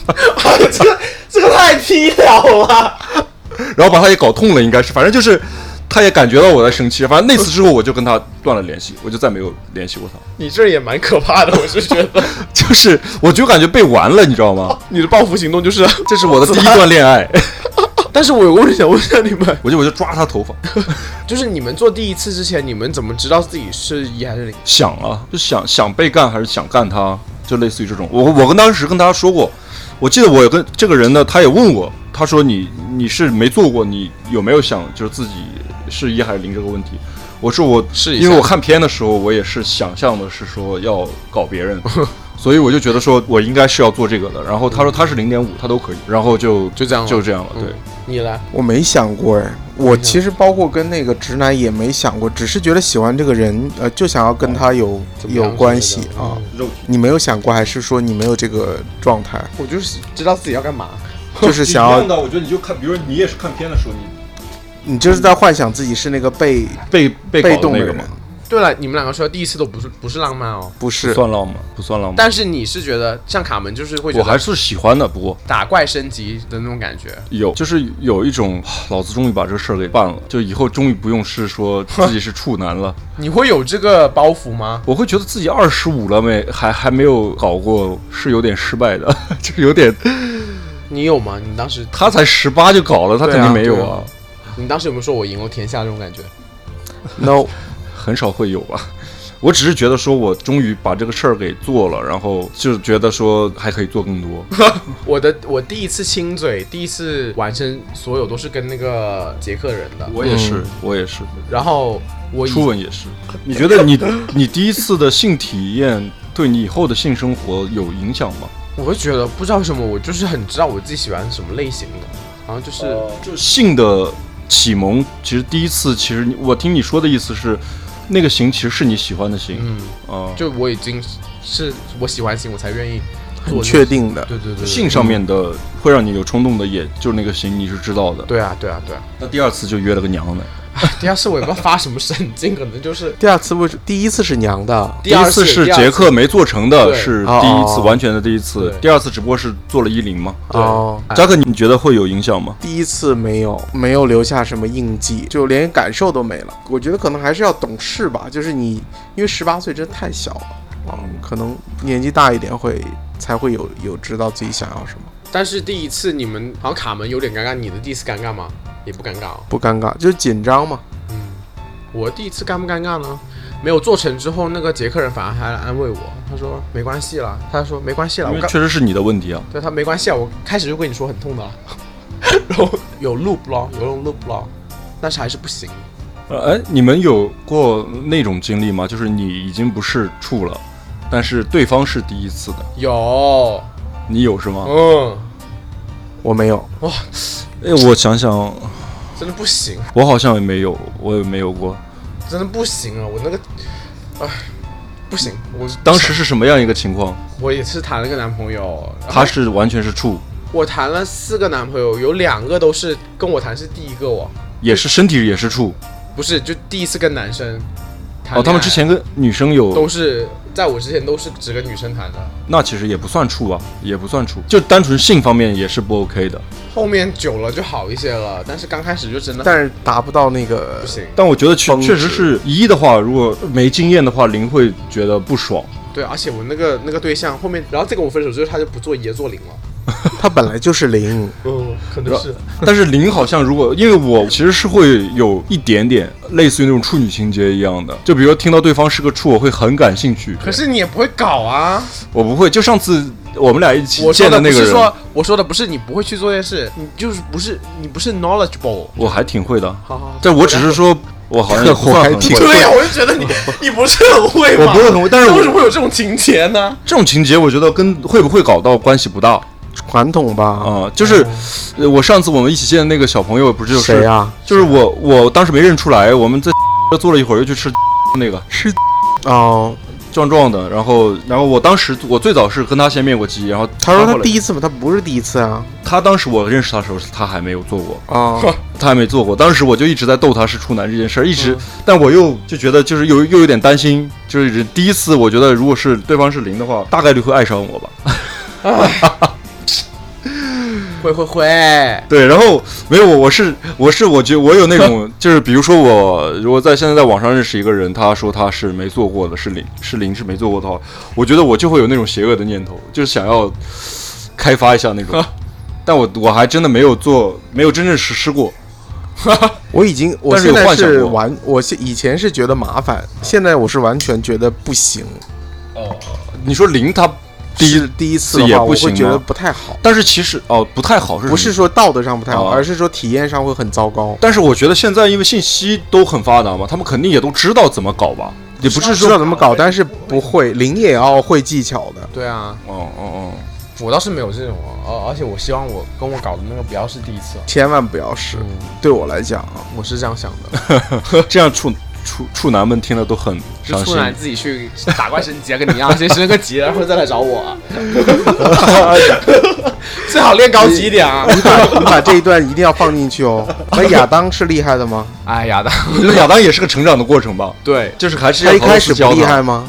Speaker 2: 啊这个这个太低了吧？
Speaker 3: 然后把他也搞痛了，应该是，反正就是他也感觉到我在生气。反正那次之后，我就跟他断了联系，我就再没有联系过他。
Speaker 2: 你这也蛮可怕的， 我是觉得
Speaker 3: 就是我就感觉被玩了，你知 道吗？
Speaker 2: 你的报复行动就是
Speaker 3: 这是我的第一段恋爱，
Speaker 2: 但是我有个问题想问一下你们，
Speaker 3: 我就我就抓他头发，
Speaker 2: 就是你们做第一次之前，你们怎么知道自己是一还是零？
Speaker 3: 想啊，就想想被干还是想干他，就类似于这种。我我跟当时跟大家说过，我记得我有跟这个人呢，他也问我，他说你你是没做过，你有没有想就是自己是一还是零这个问题？我说我
Speaker 2: 试一下
Speaker 3: 因为我看片的时候，我也是想象的是说要搞别人，所以我就觉得说我应该是要做这个的。然后他说他是零点五，他都可以，然后就
Speaker 2: 就这样了嗯
Speaker 3: 就这样了，对。
Speaker 2: 你来，
Speaker 4: 我没想过哎，我其实包括跟那个直男也没想过，只是觉得喜欢这个人，呃，就想要跟他有
Speaker 2: 怎么样
Speaker 4: 有关系
Speaker 2: 之类的
Speaker 4: 啊。
Speaker 2: 嗯
Speaker 3: 肉体
Speaker 4: 你没有想过，还是说你没有这个状态，
Speaker 2: 我就是知道自己要干嘛。
Speaker 4: 就是想要
Speaker 3: 的，我觉得你就看，比如说你也是看片的时候，你
Speaker 4: 你就是在幻想自己是那个被
Speaker 3: 被被搞的
Speaker 4: 被动
Speaker 3: 那个
Speaker 4: 人
Speaker 3: 嘛，，
Speaker 2: 对了，你们两个说第一次都不是不是浪漫哦，
Speaker 4: 不是
Speaker 3: 算浪漫，不算浪漫。
Speaker 2: 但是你是觉得像卡门就是会觉
Speaker 3: 我
Speaker 2: 得
Speaker 3: 还是喜欢的，不过
Speaker 2: 打怪升级的那种感觉，
Speaker 3: 有就是有一种啊老子终于把这事儿给办了，就以后终于不用是 说自己是处男了，
Speaker 2: 你会有这个包袱吗？
Speaker 3: 我会觉得自己二十五了没还还没有搞过，是有点失败的， 就是有点
Speaker 2: 你有吗？你当时
Speaker 3: 他才十八就搞了，他
Speaker 2: 对
Speaker 3: 肯
Speaker 2: 啊
Speaker 3: 定没有啊，
Speaker 2: 你当时有没有说我赢了天下这种感觉？
Speaker 3: 啊
Speaker 4: no，
Speaker 3: 很少会有吧。我只是觉得说我终于把这个事儿给做了，然后就是觉得说还可以做更多。
Speaker 2: 我的我第一次亲嘴，第一次完成所有都是跟那个捷克人的，
Speaker 3: 我也是，嗯我也是，
Speaker 2: 然后我以
Speaker 3: 初吻也是。你觉得 你你第一次的性体验对你以后的性生活有影响吗？
Speaker 2: 我会觉得不知道为什么，我就是很知道我自己喜欢什么类型的，好像就是、
Speaker 3: 呃就性的启蒙，其实第一次，其实你我听你说的意思是，那个型其实是你喜欢的型，
Speaker 2: 嗯，
Speaker 3: 啊、
Speaker 2: 就我已经是我喜欢型，我才愿意做
Speaker 4: 很确，定的。
Speaker 2: 对对对对，
Speaker 3: 性上面的会让你有冲动的也，就是那个型你是知道的。
Speaker 2: 对啊对啊对啊，
Speaker 3: 那第二次就约了个娘的，
Speaker 2: 第二次我也不知道发什么神经，可能 就是
Speaker 4: 第二次为什第一次是娘的，
Speaker 3: 第一次是杰克没做成的，
Speaker 2: 对
Speaker 3: 是
Speaker 4: 哦
Speaker 3: 第一次完全的第一次
Speaker 2: 对，
Speaker 3: 第二次只不过是做了一零嘛。
Speaker 4: 哦，
Speaker 2: 哎
Speaker 3: 扎克，你觉得会有影响吗？
Speaker 4: 第一次没有没有留下什么印记，就连感受都没了。我觉得可能还是要懂事吧，就是你因为十八岁真的太小了，嗯，可能年纪大一点会才会有有知道自己想要什么。
Speaker 2: 但是第一次你们好像卡门有点尴尬，你的第一次尴尬吗？也不尴尬哦。
Speaker 4: 不尴尬，就是紧张嘛。
Speaker 2: 我第一次尴不尴尬呢？没有做成之后，那个捷克人反而还来安慰我，他说没关系啦，他说没关系啦，我
Speaker 3: 因为
Speaker 2: 刚
Speaker 3: 确实是你的问题啊。
Speaker 2: 对他没关系啊，我开始就跟你说很痛的了， 然后有 loop 咯，有用 loop 咯，但是还是不行。
Speaker 3: 呃哎，你们有过那种经历吗？就是你已经不是处了，但是对方是第一次的，
Speaker 2: 有，
Speaker 3: 你有是吗？
Speaker 2: 嗯，
Speaker 4: 我没有，
Speaker 3: 哎，我想想，
Speaker 2: 真的不行，
Speaker 3: 我好像也没有，我也没有过。
Speaker 2: 真的不行啊，我那个，唉，不行，我
Speaker 3: 当时是什么样一个情况？
Speaker 2: 我也是谈了个男朋友，然后
Speaker 3: 他是完全是处，
Speaker 2: 我谈了四个男朋友，有两个都是跟我谈是第一个哦，
Speaker 3: 也是身体也是处。
Speaker 2: 不是就第一次跟男生谈恋爱。
Speaker 3: 哦，他们之前跟女生有
Speaker 2: 都，是在我之前都是只跟女生谈的，
Speaker 3: 那其实也不算处啊，也不算处，就单纯性方面也是不 OK 的。
Speaker 2: 后面久了就好一些了，但是刚开始就真的
Speaker 4: 但是达不到那个
Speaker 2: 不。行。
Speaker 3: 但我觉得确
Speaker 4: 峰值
Speaker 3: 确实是一的话，如果没经验的话，零会觉得 不爽。
Speaker 2: 对，而且我那个那个对象后面，然后再跟我分手之后，他就不做爷做零了。
Speaker 4: 他本来就是零，
Speaker 2: 嗯，可能是
Speaker 3: 但是零好像如果，因为我其实是会有一点点类似于那种处女情节一样的，就比如听到对方是个处，我会很感兴趣。
Speaker 2: 可是你也不会搞啊！
Speaker 3: 我不会，就上次我们俩一起
Speaker 2: 我说
Speaker 3: 见
Speaker 2: 的不
Speaker 3: 那个
Speaker 2: 是
Speaker 3: 人，
Speaker 2: 说，我说的不是你不会去做这件事，你就是不是你不是 knowledgeable。
Speaker 3: 我还挺会的。
Speaker 2: 好好好
Speaker 3: 但我只是说，我好像也不
Speaker 4: 我
Speaker 3: 算
Speaker 4: 还
Speaker 3: 很
Speaker 4: 挺
Speaker 3: 会
Speaker 2: 对啊呀、我就觉得你 你不是很会
Speaker 3: 我
Speaker 2: 吗？
Speaker 3: 不是很会但是我
Speaker 2: 为什么会有这种情节呢？
Speaker 3: 这种情节，我觉得跟会不会搞到关系不大
Speaker 4: 传统吧？
Speaker 2: 哦
Speaker 3: 啊、就是、呃我上次我们一起见的那个小朋友，不是就是
Speaker 4: 谁
Speaker 2: 啊
Speaker 4: 呀？
Speaker 3: 就是我，我当时没认出来，我们在 坐了一会儿，又去吃 那个
Speaker 4: 是
Speaker 3: 嗯
Speaker 4: 哦，
Speaker 3: 壮壮的，然后，然后我当时我最早是跟他先面过基，然后
Speaker 4: 他说
Speaker 3: 后
Speaker 4: 他
Speaker 3: 来
Speaker 4: 第一次嘛，他不是第一次啊。
Speaker 3: 他当时我认识他的时候，他还没有做过，
Speaker 4: 哦，
Speaker 3: 他还没做过，当时我就一直在逗他是处男这件事儿，一直，但我又就觉得就是有又有点担心，就是人第一次，我觉得如果是对方是零的话，大概率会爱上我吧。
Speaker 2: 会会会，
Speaker 3: 对，然后没有我，我是我是我觉我有那种就是比如说我如果在现在在网上认识一个人，他说他是没做过的，是零是零是没做过的话，我觉得我就会有那种邪恶的念头，就是想要开发一下那种，但我我还真的没有做，没有真正实施过。
Speaker 4: 我已经，我
Speaker 3: 但是有
Speaker 4: 现在
Speaker 3: 幻想
Speaker 4: 是
Speaker 3: 过
Speaker 4: 完，我现以前是觉得麻烦，现在我是完全觉得不行。
Speaker 3: 你说零他第一
Speaker 4: 是第一次的
Speaker 3: 也
Speaker 4: 话，
Speaker 3: 不
Speaker 4: 我
Speaker 3: 行
Speaker 4: 会觉得
Speaker 3: 吗
Speaker 4: 不太好，
Speaker 3: 但是其实哦不太好是
Speaker 4: 不是
Speaker 3: 什么
Speaker 4: 说道德上不太好，
Speaker 3: 哦
Speaker 4: 而是说体验上会很糟糕。
Speaker 3: 但是我觉得现在因为信息都很发达嘛，他们肯定也都知道怎么搞吧，也不是
Speaker 4: 知
Speaker 3: 说
Speaker 4: 道怎么搞，但是不会，零也要会技巧的。
Speaker 2: 对啊，
Speaker 3: 哦哦哦，
Speaker 2: 我倒是没有这种啊，而而且我希望我跟我搞的那个不要是第一次啊，
Speaker 4: 千万不要试。
Speaker 3: 嗯
Speaker 4: 对我来讲 啊，
Speaker 2: 我是这样想的。
Speaker 3: 这样处处处男们听了都 很
Speaker 2: 就
Speaker 3: 伤
Speaker 2: 出
Speaker 3: 心。
Speaker 2: 来自己去打怪升级啊，跟你一样，先升个级，然后再来找我啊。最好练高级一点啊！
Speaker 4: 你把你把这一段一定要放进 去哦。那亚当是厉害的吗？
Speaker 2: 哎呀的，
Speaker 3: 我觉得亚当也是个成长的过程吧，
Speaker 2: 对，
Speaker 3: 就是还是
Speaker 4: 他
Speaker 3: 要
Speaker 4: 一开始
Speaker 3: 好好
Speaker 4: 不
Speaker 3: 地
Speaker 4: 厉
Speaker 3: 教他啊
Speaker 4: 害吗？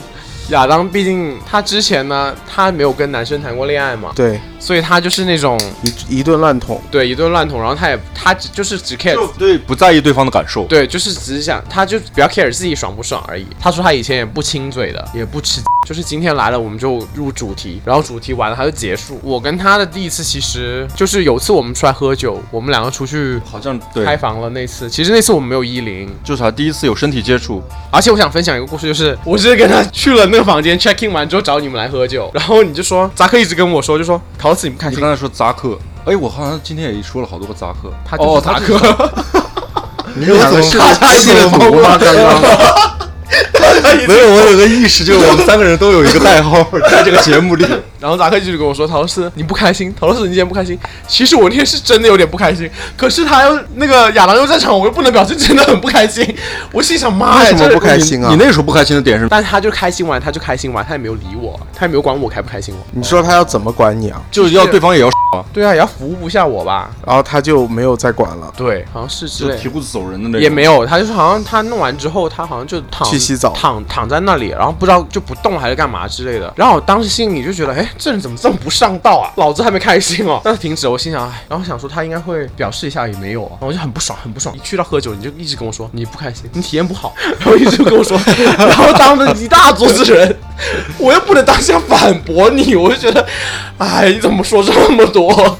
Speaker 2: 亚当毕竟他之前呢，他没有跟男生谈过恋爱嘛，
Speaker 4: 对，
Speaker 2: 所以他就是那种
Speaker 4: 一一顿乱捅，
Speaker 2: 对一顿乱捅，然后他也他只就是只 care
Speaker 3: 就对不在意对方的感受。
Speaker 2: 对，就是只是想，他就比较 care 自己爽不爽而已。他说他以前也不亲嘴的，也不吃，就是今天来了我们就入主题，然后主题完了他就结束。我跟他的第一次其实就是有次我们出来喝酒，我们两个出去
Speaker 3: 好像对
Speaker 2: 开房了那次，其实那次我们没有依零，
Speaker 3: 就是他第一次有身体接触，
Speaker 2: 而且我想分享一个故事，就是我是跟他去了那个房间 check in 完之后找你们来喝酒，然后你就说扎克一直跟我说，就说桃子你不开
Speaker 3: 你
Speaker 2: 心
Speaker 3: 刚，才说扎克，哎，我好像今天也说了好多个扎克，
Speaker 2: 他就是
Speaker 3: 哦，
Speaker 2: 扎
Speaker 3: 他
Speaker 2: 克，
Speaker 3: 你有
Speaker 4: 两个
Speaker 3: 是
Speaker 4: 人
Speaker 3: 他系列
Speaker 4: 懵 了刚刚
Speaker 3: 没有，我有个意识，就是我们三个人都有一个代 号，在这个节目里。
Speaker 2: 然后扎克一直跟我说：“陶老师，你不开心，陶老师你今天不开心。”其实我那天是真的有点不开心，可是他又那个亚当又在场，我又不能表示真的很不开心。 我心想：“妈呀，
Speaker 4: 为什么
Speaker 2: 这
Speaker 4: 不开心啊
Speaker 3: 你？那时候不开心的点是，
Speaker 2: 但他就开心完，他就开心完，他也没有理我，他也没有管我开不开心我。
Speaker 4: 你说他要怎么管你啊？
Speaker 3: 就是要对方也要啊，
Speaker 2: 对啊，也要服务一下我吧。
Speaker 4: 然后他就没有再管了，
Speaker 2: 对，好像是之
Speaker 3: 就
Speaker 2: 类
Speaker 3: 提
Speaker 2: 的。
Speaker 3: 裤子走人的那种。
Speaker 2: 也没有，他就是好像他弄完之后，他好像就躺
Speaker 4: 去洗澡
Speaker 2: 躺躺在那里，然后不知道就不动还是干嘛之类的。然后我当时心里就觉得，哎，这人怎么这么不上道啊？老子还没开心哦。但是停止了，我心想，哎，然后想说他应该会表示一下，也没有啊。然后我就很不爽，很不爽。一去到喝酒，你就一直跟我说你不开心，你体验不好， 然后一直跟我说，然后当着一大桌子人，我又不能当下反驳你，我就觉得，哎，你怎么说这么多？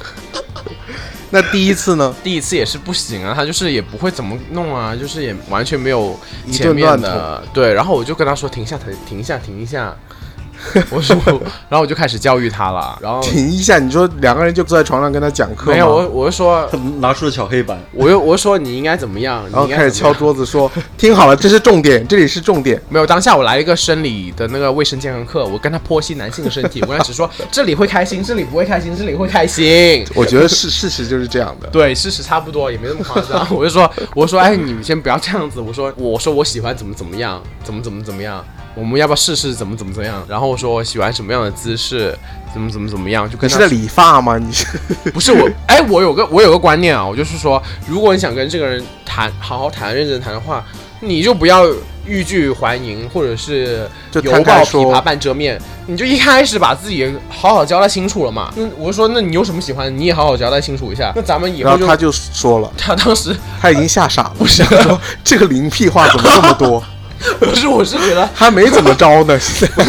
Speaker 4: 那第一次 呢？
Speaker 2: 第一次也是不行啊，他就是也不会怎么弄啊，就是也完全没有
Speaker 4: 一
Speaker 2: 前
Speaker 4: 顿
Speaker 2: 面
Speaker 4: 乱
Speaker 2: 的对，然后我就跟他说停下，停停一下，停一下。 我说，然后我就开始教育他了，然后
Speaker 4: 停一下，你说两个人就坐在床上跟他讲课吗
Speaker 2: 没有我，我就说，
Speaker 3: 拿出了小黑板，
Speaker 2: 我又我就说你应该怎么样，
Speaker 4: 然后
Speaker 2: 你应该
Speaker 4: 开始
Speaker 2: 怎么
Speaker 4: 敲
Speaker 2: 样。
Speaker 4: 桌子说：“听好了，这是重点，这里是重 点。
Speaker 2: 没有，当下我来一个生理的那个卫生健康课，我跟他剖析男性的身体，我跟他只说 这里会开心，这里不会开心，这里会开心。”
Speaker 4: 我觉得事事实就是这样 的。
Speaker 2: 对，事实差不多，也没那么夸 张。我就说，我就说，哎，你们先不要这样子。我说，我说我喜欢怎么怎么样，怎么怎么怎么样。我们要不要试试怎么怎么怎么样？然后我说我喜欢什么样的姿势，怎么怎么怎么样，就
Speaker 4: 你
Speaker 2: 跟
Speaker 4: 是
Speaker 2: 他
Speaker 4: 在理发吗？你是
Speaker 2: 不是我，哎，我有个我有个观念啊，我就是说，如果你想跟这个人谈，好好谈，认真谈的话，你就不要欲拒还迎，或者是
Speaker 4: 就
Speaker 2: 犹
Speaker 4: 摊开
Speaker 2: 抱琵
Speaker 4: 说
Speaker 2: 琶半遮面，你就一开始把自己好好交代清楚了嘛。那我就说，那你有什么喜欢，你也好好交代清楚一下。那咱们以
Speaker 4: 然
Speaker 2: 后
Speaker 4: 后他就说了，
Speaker 2: 他当时
Speaker 4: 他已经吓傻了，我想
Speaker 2: 啊
Speaker 4: 说这个零屁话怎么这 么多？
Speaker 2: 不是，我是觉得
Speaker 4: 他没怎么着 呢，现在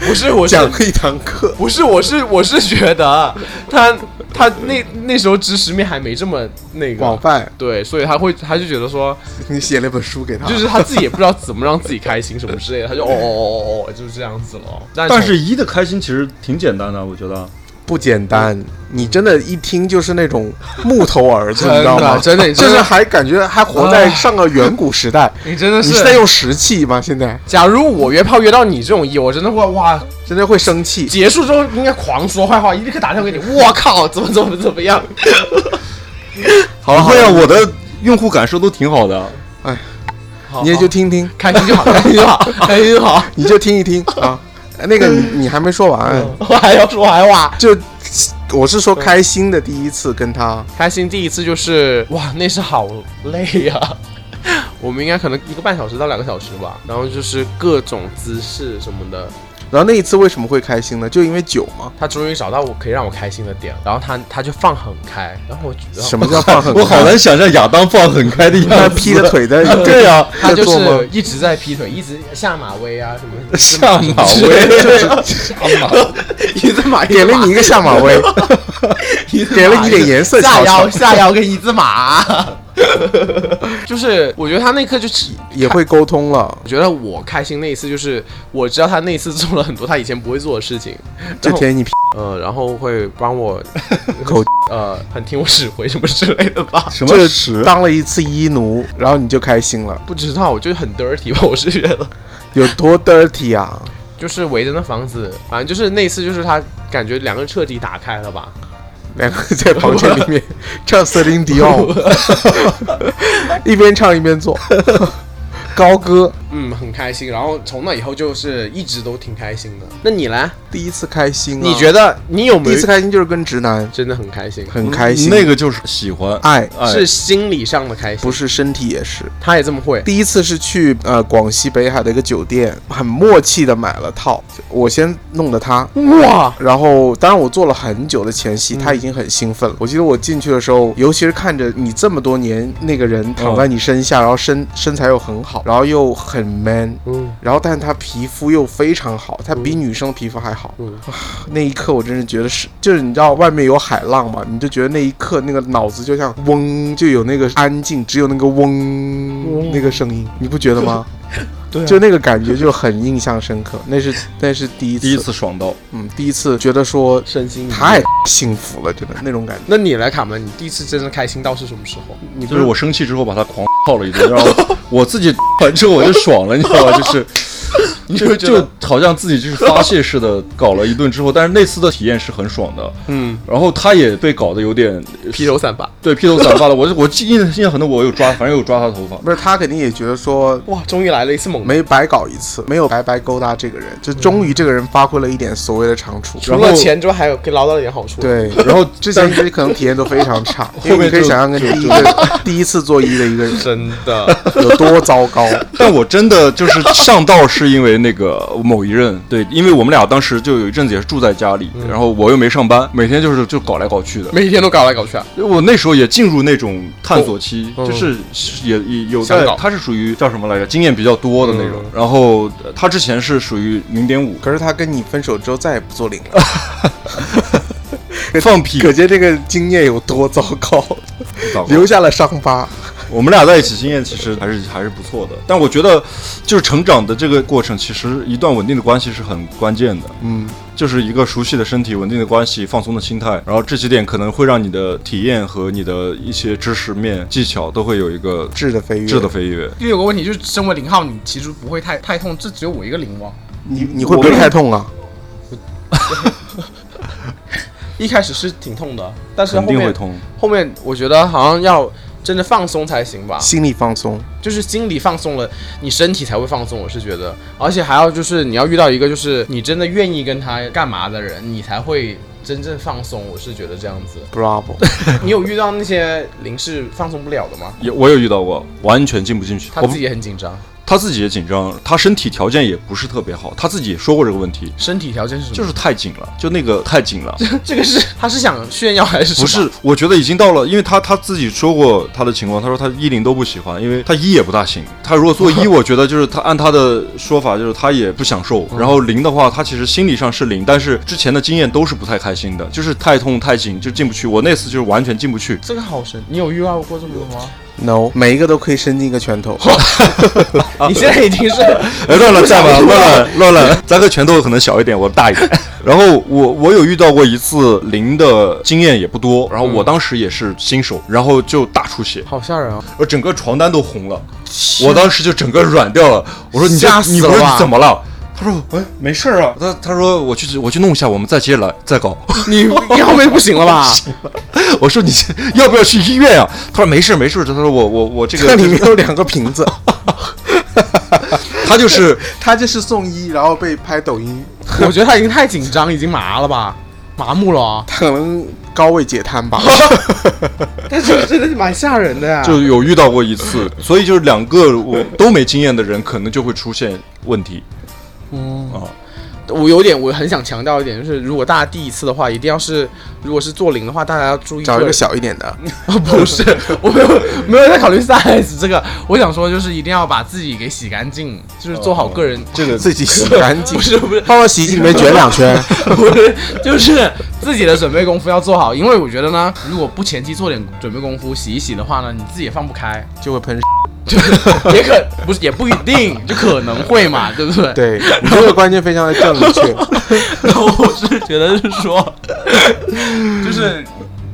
Speaker 2: 不是，我是
Speaker 4: 讲了一堂课。
Speaker 2: 不是，我是我是觉得啊他他那那时候知识面还没这么那个
Speaker 4: 广泛，
Speaker 2: 对，所以他会他就觉得说，
Speaker 4: 你写了本书给他，
Speaker 2: 就是他自己也不知道怎么让自己开心什么之类的，他就哦哦哦哦哦，就是这样子了。但
Speaker 3: 但是一的开心其实挺简单的，我觉得。
Speaker 4: 不简单。你真的，一听就是那种木头儿 子，
Speaker 2: 真的
Speaker 4: 你知道吗？
Speaker 2: 真的你真
Speaker 4: 就
Speaker 2: 的
Speaker 4: 是还感觉还活在上个远古时代。
Speaker 2: 你真的
Speaker 4: 你是在用石器吗？现在
Speaker 2: 假如我约炮约到你这种意，我真的会哇，
Speaker 4: 真的会生气。
Speaker 2: 结束之后应该狂说坏话，立刻打电话给你，我靠，怎么怎么怎么样？
Speaker 3: 好了，会啊，我的用户感受都挺好的。
Speaker 2: 好
Speaker 4: 你也
Speaker 2: 好
Speaker 4: 就听听，
Speaker 2: 开心就好，开心就好，开心就好。
Speaker 4: 你就听 一听啊。哎那个你你还没说完，
Speaker 3: 嗯
Speaker 2: 我还要说还哇，
Speaker 4: 就我是说开心的第一次跟他，
Speaker 2: 开心第一次就是哇，那是好累呀、 我们应该可能一个半小时到两个小时吧，然后就是各种姿势什么的。
Speaker 4: 然后那一次为什么会开心呢？就因为酒嘛。
Speaker 2: 他终于找到我可以让我开心的点，然后他他就放很开，然后我
Speaker 4: 什么 叫放狠？
Speaker 3: 哦我好难想象亚当放很开的
Speaker 4: 他
Speaker 3: 样子，
Speaker 4: 劈着腿在
Speaker 3: 对啊呀、，
Speaker 2: 他就
Speaker 4: 在做
Speaker 2: 是
Speaker 4: 吗
Speaker 2: 一直在劈腿，一直下马威啊什 么的
Speaker 3: 下马威，下马威，
Speaker 2: 一字马
Speaker 4: 给 了你一个下马 威，
Speaker 2: 一字马
Speaker 4: 给了你点颜色
Speaker 2: 下
Speaker 4: 瞧
Speaker 2: 腰
Speaker 4: 瞧，
Speaker 2: 下腰跟一字马， 就是我觉得他那刻就是
Speaker 4: 也会沟 通了。
Speaker 2: 我觉得我开心那一次就是我知道他那一次做了很多他以前不会做的事情，
Speaker 4: 就
Speaker 2: 然后
Speaker 4: 舔你屁
Speaker 2: 呃，然后会帮我
Speaker 4: 口，
Speaker 2: 呃很听我指挥什么之类的吧。
Speaker 3: 什
Speaker 4: 就
Speaker 3: 么屎？啊
Speaker 4: 当了一次一奴，然后你就开心了，
Speaker 2: 不知道，我就是很 dirty 吧，我是觉得，
Speaker 4: 有多 dirty 啊！
Speaker 2: 就是围着那房子，反正就是那次就是他感觉两个人彻底打开了吧，
Speaker 4: 两个在房间里 面唱 Celine Dion，一边唱一边做高歌，
Speaker 2: 嗯，很开心。然后从那以后就是一直都挺开心的。那你来，
Speaker 4: 第一次开心、啊，
Speaker 2: 你觉得你有没
Speaker 4: 第一
Speaker 2: 有
Speaker 4: 次开心就是跟直男
Speaker 2: 真的很开心？
Speaker 4: 很开心，啊
Speaker 3: 那个就是喜欢哎
Speaker 4: 爱
Speaker 3: 爱
Speaker 2: 是心理上的开心，
Speaker 4: 不是身体也是。
Speaker 2: 他也这么会。
Speaker 4: 第一次是去呃广西北海的一个酒店，很默契的买了套，我先弄的他，
Speaker 2: 哇，
Speaker 4: 然后，当然我做了很久的前戏，他已经很兴奋了。我记得我进去的时候，尤其是看着你这么多年那个人躺在你身下，然后身身材又很好，然后又很 man，
Speaker 2: 嗯
Speaker 4: 然后但他皮肤又非常好，他比女生皮肤还好。
Speaker 2: 嗯，
Speaker 4: 那一刻我真是觉得是，就是你知道外面有海浪嘛，你就觉得那一刻那个脑子就像嗡，就有那个安静，只有那个嗡那个声音，你不觉得吗？
Speaker 3: 对啊
Speaker 4: 就那个感觉就很印象深刻，那是那是第一次，
Speaker 3: 第一次爽到，
Speaker 4: 嗯，第一次觉得说
Speaker 2: 身心愉悦
Speaker 4: 太幸福了，真的那种感觉。
Speaker 2: 那你来，卡门，你第一次真正开心到是什么时候？你
Speaker 3: 就是我生气之后把他狂 泡了一顿，然后我自己 完之后我就爽了，你知道 吗？就是。
Speaker 2: 你
Speaker 3: 就
Speaker 2: 会觉得
Speaker 3: 就好像自己就是发泄似的搞了一顿之后，但是那次的体验是很爽的，
Speaker 2: 嗯，
Speaker 3: 然后他也被搞得有点
Speaker 2: 披头散发，
Speaker 3: 对披头散发了，我我记印印象很多，我有抓，反正有抓他的头发，
Speaker 4: 不是他肯定也觉得说
Speaker 2: 哇，终于来了一次猛男。
Speaker 4: 没白搞一次，没有白白勾搭这个人，就终于这个人发挥了一点所谓的长处。
Speaker 3: 嗯
Speaker 2: 除了钱之外，还有可以捞到一点好处。，
Speaker 4: 对，
Speaker 3: 然后
Speaker 4: 之前你可能体验都非常 差，因为
Speaker 3: 面
Speaker 4: 你可以
Speaker 3: 就
Speaker 4: 想象跟第一个第一次做一的一个人
Speaker 2: 真的
Speaker 4: 有多糟糕。
Speaker 3: 但我真的就是上道是因为那个某一任，对，因为我们俩当时就有一阵子也是住在家里，
Speaker 2: 嗯
Speaker 3: 然后我又没上班，每天就是就搞来搞去的。
Speaker 2: 每天都搞来搞去啊。
Speaker 3: 我那时候也进入那种探索期，
Speaker 2: 嗯
Speaker 3: 就是也也有
Speaker 2: 想
Speaker 3: 在
Speaker 2: 搞，
Speaker 3: 他是属于叫什么来着，经验比较多的那种。然后呃他之前是属于零点 五，
Speaker 4: 可是他跟你分手之后再也不做零
Speaker 3: 啊
Speaker 4: 了，
Speaker 3: 放屁
Speaker 4: 可见这个经验有多糟 糕，
Speaker 3: 糟糕
Speaker 4: 留下了伤疤。
Speaker 3: 我们俩在一起经验其实还是还是不错的，但我觉得就是成长的这个过程，其实一段稳定的关系是很关键的。嗯，就是一个熟悉的身体、稳定的关系、放松的心态，然后这几点可能会让你的体验和你的一些知识面、技巧都会有一个
Speaker 4: 质的飞跃
Speaker 3: 质的飞跃。
Speaker 5: 因为有个问题就是，身为零号，你其实不会太太痛，这只有我一个零王。
Speaker 4: 你你会不会太痛啊？
Speaker 2: 一开始是挺痛的，但是后
Speaker 3: 肯
Speaker 2: 面
Speaker 3: 定会痛。
Speaker 2: 后面我觉得好像要真的放松才行吧，
Speaker 4: 心理放松，
Speaker 2: 就是心理放松了，你身体才会放松。我是觉得，而且还要就是你要遇到一个就是你真的愿意跟他干嘛的人，你才会真正放松。我是觉得这样子。
Speaker 4: Bravo！
Speaker 2: 你有遇到那些零是放松不了的吗？
Speaker 3: 也我有遇到过，完全进不进去。
Speaker 2: 他
Speaker 3: 我
Speaker 2: 自
Speaker 3: 不
Speaker 2: 己也很紧张，
Speaker 3: 他自己也紧张，他身体条件也不是特别好，他自己也说过这个问题，
Speaker 2: 身体条件是什么？
Speaker 3: 就是太紧了，就那个太紧了。
Speaker 2: 这个是 他是想炫耀还是什么
Speaker 3: 不是？，我觉得已经到了，因为他他自己说过他的情况，他说他一零都不喜欢，因为他一也不大行。他如果做一，我觉得就是他按他的说法，就是他也不享受。然后零的话，他其实心理上是零，但是之前的经验都是不太开心的，就是太痛太紧就进不去。我那次就是完全进不去，
Speaker 2: 这个好神，你有遇到过这么多吗？
Speaker 4: No，每一个都可以伸进一个拳头。
Speaker 2: 你现在已经 是，
Speaker 3: 哎，乱了站吧，乱了乱了，咱个拳头可能小一点，我大一 点。然后我我有遇到过一次零的经验也不多，然后我当时也是新手，然后就大出血
Speaker 2: 好吓人啊！
Speaker 3: 我整个床单都红了，我当时就整个软掉了。我说你这
Speaker 2: 吓死
Speaker 3: 你不是
Speaker 2: 了吧
Speaker 3: 怎么了？他说哎没事儿啊，他他说我去我去弄一下，我们再接来再 搞。
Speaker 2: 你你后面不行了吧？
Speaker 3: 我说你这要不要去医院啊？他说没事儿没事儿，他说我我我 这
Speaker 4: 这
Speaker 3: 个
Speaker 4: 里面有两个瓶子，
Speaker 3: 他就是
Speaker 4: 他就是送医，然后被拍抖音，
Speaker 2: 我觉得他已经太紧张，已经麻了吧，麻木了啊。
Speaker 4: 他可能高位截瘫 吧。
Speaker 2: 但是真的是蛮吓人的呀、
Speaker 3: 就有遇到过一次，所以就是两个我都没经验的人，可能就会出现问题。
Speaker 2: 我有点，我很想强调一点，就是如果大家第一次的话，一定要是，如果是做零的话，大家要注意
Speaker 4: 找一个
Speaker 2: 人
Speaker 4: 小一点的，
Speaker 5: 哦
Speaker 2: 不是，我没有没有在考虑 size 这个，
Speaker 5: 我想说，就是一定要把自己给洗干净，就是做
Speaker 3: 哦
Speaker 5: 好个人，
Speaker 3: 这个
Speaker 4: 自己洗干净
Speaker 2: 不，是不是
Speaker 4: 放到洗衣机里面卷两 圈。
Speaker 5: 不是，就是自己的准备功夫要做好。因为我觉得呢，如果不前期做点准备功夫，洗一洗的话呢，你自己也放不开，
Speaker 4: 就会喷。
Speaker 5: 也可不是也不一定，就可能会嘛，对不对？。
Speaker 4: 对，你这个观念非常的正 确。
Speaker 5: 然后我是觉得是说，就是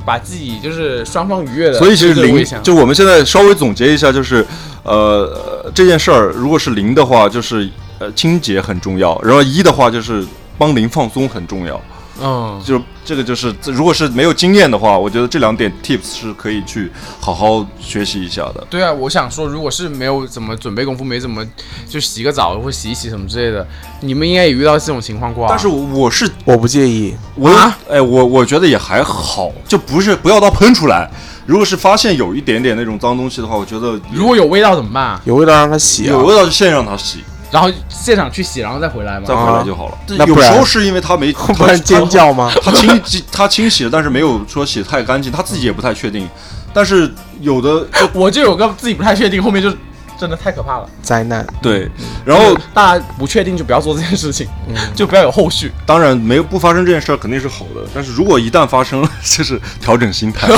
Speaker 5: 把自己就是双方愉悦的，
Speaker 3: 所以其实
Speaker 5: 对我
Speaker 3: 零
Speaker 5: 也想，
Speaker 3: 就我们现在稍微总结一下，就是呃这件事儿，如果是零的话，就是呃清洁很重要，然后一的话就是帮零放松很重要，
Speaker 5: 嗯，
Speaker 3: 就是这个就是，这如果是没有经验的话，我觉得这两点 tips 是可以去好好学习一下的。
Speaker 2: 对啊，我想说，如果是没有怎么准备功夫，没怎么就洗个澡或洗一洗什么之类的，你们应该也遇到这种情况过啊。
Speaker 3: 但是我我是
Speaker 4: 我不介意，
Speaker 3: 我
Speaker 2: 啊
Speaker 3: 哎，我我觉得也还好，就不是不要到喷出来。如果是发现有一点点那种脏东西的话，我觉得
Speaker 2: 如果有味道怎么办啊？
Speaker 4: 有味道让他洗啊
Speaker 3: 有。味道就先让它洗，
Speaker 2: 然后现场去洗，然后再回来吗
Speaker 3: 再？回来就好了。这
Speaker 4: 啊那不
Speaker 3: 有时
Speaker 4: 然
Speaker 3: 候是因为它 没，
Speaker 4: 不然尖叫吗？
Speaker 3: 他清洗，他清洗了，但是没有说洗得太干净，他自己也不太确定。但是有的 就
Speaker 2: 我就有个自己不太确定，后面就真的太可怕了。
Speaker 4: 灾难，
Speaker 3: 对，然后嗯
Speaker 2: 大家不确定就不要做这件事情，就不要有后 续。
Speaker 3: 当然没有不发生这件事儿肯定是好的，但是如果一旦发生了， 就是调整心态，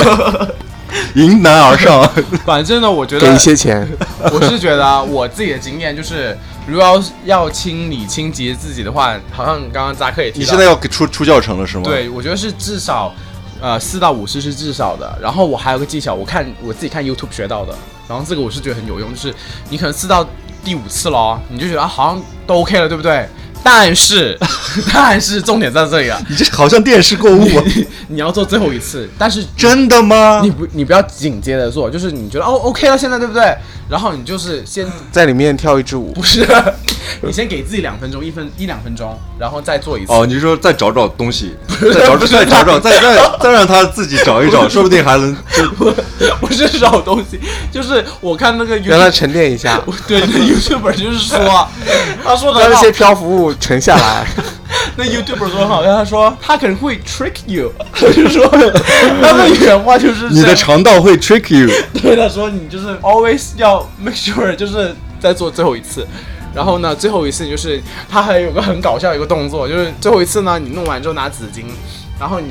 Speaker 3: 迎 难而 上。
Speaker 4: 啊
Speaker 2: 反正呢，我觉
Speaker 4: 给
Speaker 2: 得
Speaker 4: 一些钱，
Speaker 2: 我是觉得啊我自己的经验就是，如果要要清理清洁自己的话，好像刚刚扎克也提到，
Speaker 3: 你现在要给出出教程了是吗？，
Speaker 2: 对，我觉得是至少，呃，四到五次是至少的。然后我还有个技巧，我看我自己看 YouTube 学到的，然后这个我是觉得很有用，就是你可能四到第五次咯，你就觉得、啊、好像都 OK 了，对不对？但是，但是重点在这里啊，
Speaker 3: 你这好像电视购物 啊，
Speaker 2: 你要做最后一次，但是
Speaker 3: 真的吗
Speaker 2: 你？不你不要紧接着做，就是你觉得哦 OK 了，现在对不对？然后你就是先
Speaker 4: 在里面跳一支舞
Speaker 2: 不，是， 你先给自己两分钟，一分一两分钟，然后再做一次。
Speaker 3: 哦，你是说再找找东西， 再找找，再找找，再再再让他自己找一 找，说不定还能就
Speaker 2: 不是找东西，就是我看那个 YouTube,
Speaker 4: 让它沉淀一
Speaker 3: 啊
Speaker 4: 下，
Speaker 2: 我 对，那 YouTuber 就是 说，他说的
Speaker 4: 让
Speaker 2: 很
Speaker 4: 那
Speaker 2: 好
Speaker 4: 些，漂浮物沉下来。
Speaker 2: 那 YouTuber 说得很好，他说他可能会 trick you，他 就 说他的原话就是
Speaker 3: 你
Speaker 2: 这
Speaker 3: 的
Speaker 2: 样
Speaker 3: 肠道会 trick you。
Speaker 2: 对他说你就是 always 要 make sure 就是再做最后一次。然后呢，最后一次你就是他还有个很搞笑的一个动作，就是最后一次呢，你弄完之后拿纸巾，然后你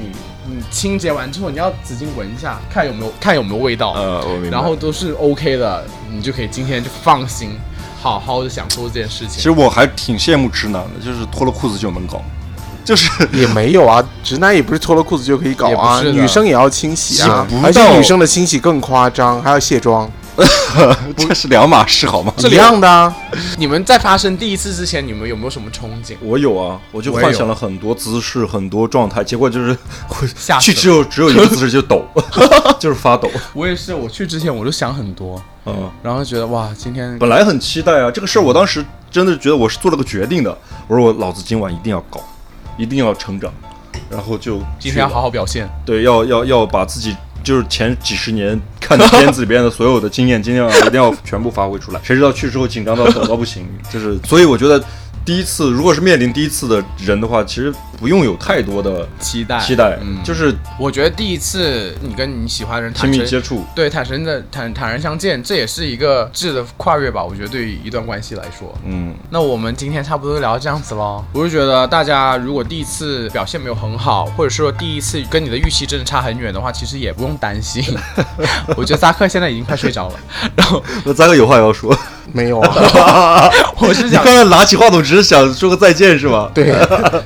Speaker 2: 你清洁完之后，你要纸巾闻一下，看有没有看有没有味道。
Speaker 3: 呃，我明白。
Speaker 2: 然后都是 OK 的，你就可以今天就放心，好好的享受这件事
Speaker 3: 其
Speaker 2: 情。
Speaker 3: 实我还挺羡慕直男的，就是脱了裤子就能搞，就是
Speaker 4: 也没有啊，直男也不是脱了裤子就可以搞啊，
Speaker 2: 也不是的
Speaker 4: 女生也要清洗啊
Speaker 3: 洗，不
Speaker 4: 而且
Speaker 3: 到
Speaker 4: 女生的清洗更夸张，还要卸妆，
Speaker 3: 这是两码事好吗？
Speaker 2: 这
Speaker 4: 一
Speaker 2: 里
Speaker 4: 样的啊。
Speaker 2: 你们在发生第一次之前，你们有没有什么憧憬？
Speaker 3: 我有啊，我就
Speaker 2: 我也有
Speaker 3: 幻想了很多姿势、很多状态，结果就是会
Speaker 2: 吓死
Speaker 3: 去
Speaker 2: 了
Speaker 3: 只有只有一个姿势就抖， 就是发抖。
Speaker 2: 我也是，我去之前我就想很多，
Speaker 3: 嗯，
Speaker 2: 然后觉得哇，今天
Speaker 3: 本来很期待啊，这个事儿我当时真的觉得我是做了个决定的，我说我老子今晚一定要搞，一定要成长，然后就
Speaker 2: 今天要好好表现。
Speaker 3: 对，要要要把自己就是前几十年看的片子里边的所有的经验，今天晚上一定要全部发挥出来。谁知道去之后紧张到抖到不行，就是所以我觉得。第一次，如果是面临第一次的人的话，其实不用有太多的
Speaker 2: 期待
Speaker 3: 期待，
Speaker 2: 嗯
Speaker 3: 就是
Speaker 2: 我觉得第一次你跟你喜欢的人
Speaker 3: 亲
Speaker 2: 坦
Speaker 3: 密
Speaker 2: 诚
Speaker 3: 接触。
Speaker 2: 对坦诚的坦坦然相见，这也是一个质的跨越吧。我觉得对于一段关系来说，
Speaker 3: 嗯，
Speaker 2: 那我们今天差不多就聊到这样子喽。我是觉得大家如果第一次表现没有很好，或者说第一次跟你的预期真的差很远的话，其实也不用担 心。我觉得扎克现在已经快睡着了，然后
Speaker 3: 那咱哥有话要说，
Speaker 4: 没有啊，
Speaker 2: 我是
Speaker 3: 你
Speaker 2: 想
Speaker 3: 刚才拿起话筒只是想说个再见 是吧？
Speaker 4: 对，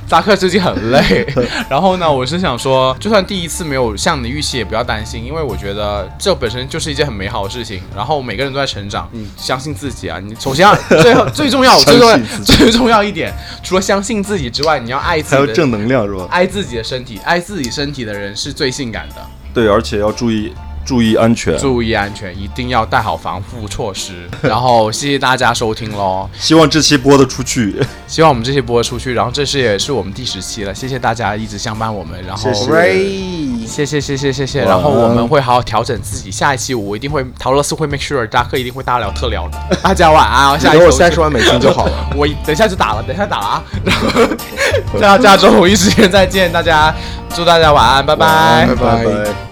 Speaker 2: 扎克最近很累，然后呢，我是想说，就算第一次没有像你的预期，也不要担心，因为我觉得这本身就是一件很美好的事情。然后每个人都在成长，你相信自己啊！你首先要最后最重要最重要
Speaker 3: 嗯相信自己
Speaker 2: 最重要一点，除了相信自己之外，你要爱自己
Speaker 3: 还有
Speaker 2: 的
Speaker 3: 正能量是吧？
Speaker 2: 爱自己的身体，爱自己身体的人是最性感的。
Speaker 3: 对，而且要注意注意安全。
Speaker 2: 注意安全，一定要带好防护措施。然后谢谢大家收听喽，
Speaker 3: 希望这期播得出去。
Speaker 2: 希望我们这期播出去，然后这是也是我们第十期了，谢谢大家一直相伴我们，然后。
Speaker 3: 谢谢
Speaker 4: Hooray
Speaker 2: 谢谢谢谢谢谢，
Speaker 3: 晚安
Speaker 2: 然后我们会好好调整自己。下一期我一定会，陶乐斯会 make sure 扎克一定会大聊特聊的。 大家晚安啊，下一
Speaker 4: 给
Speaker 2: 周
Speaker 4: 我三十万美金就好了。
Speaker 2: 我等一下就打了，等一下打了 啊。然后 下下周五一时间再见，大家祝大家晚安，拜拜
Speaker 4: 拜
Speaker 3: 拜
Speaker 4: 拜
Speaker 3: 拜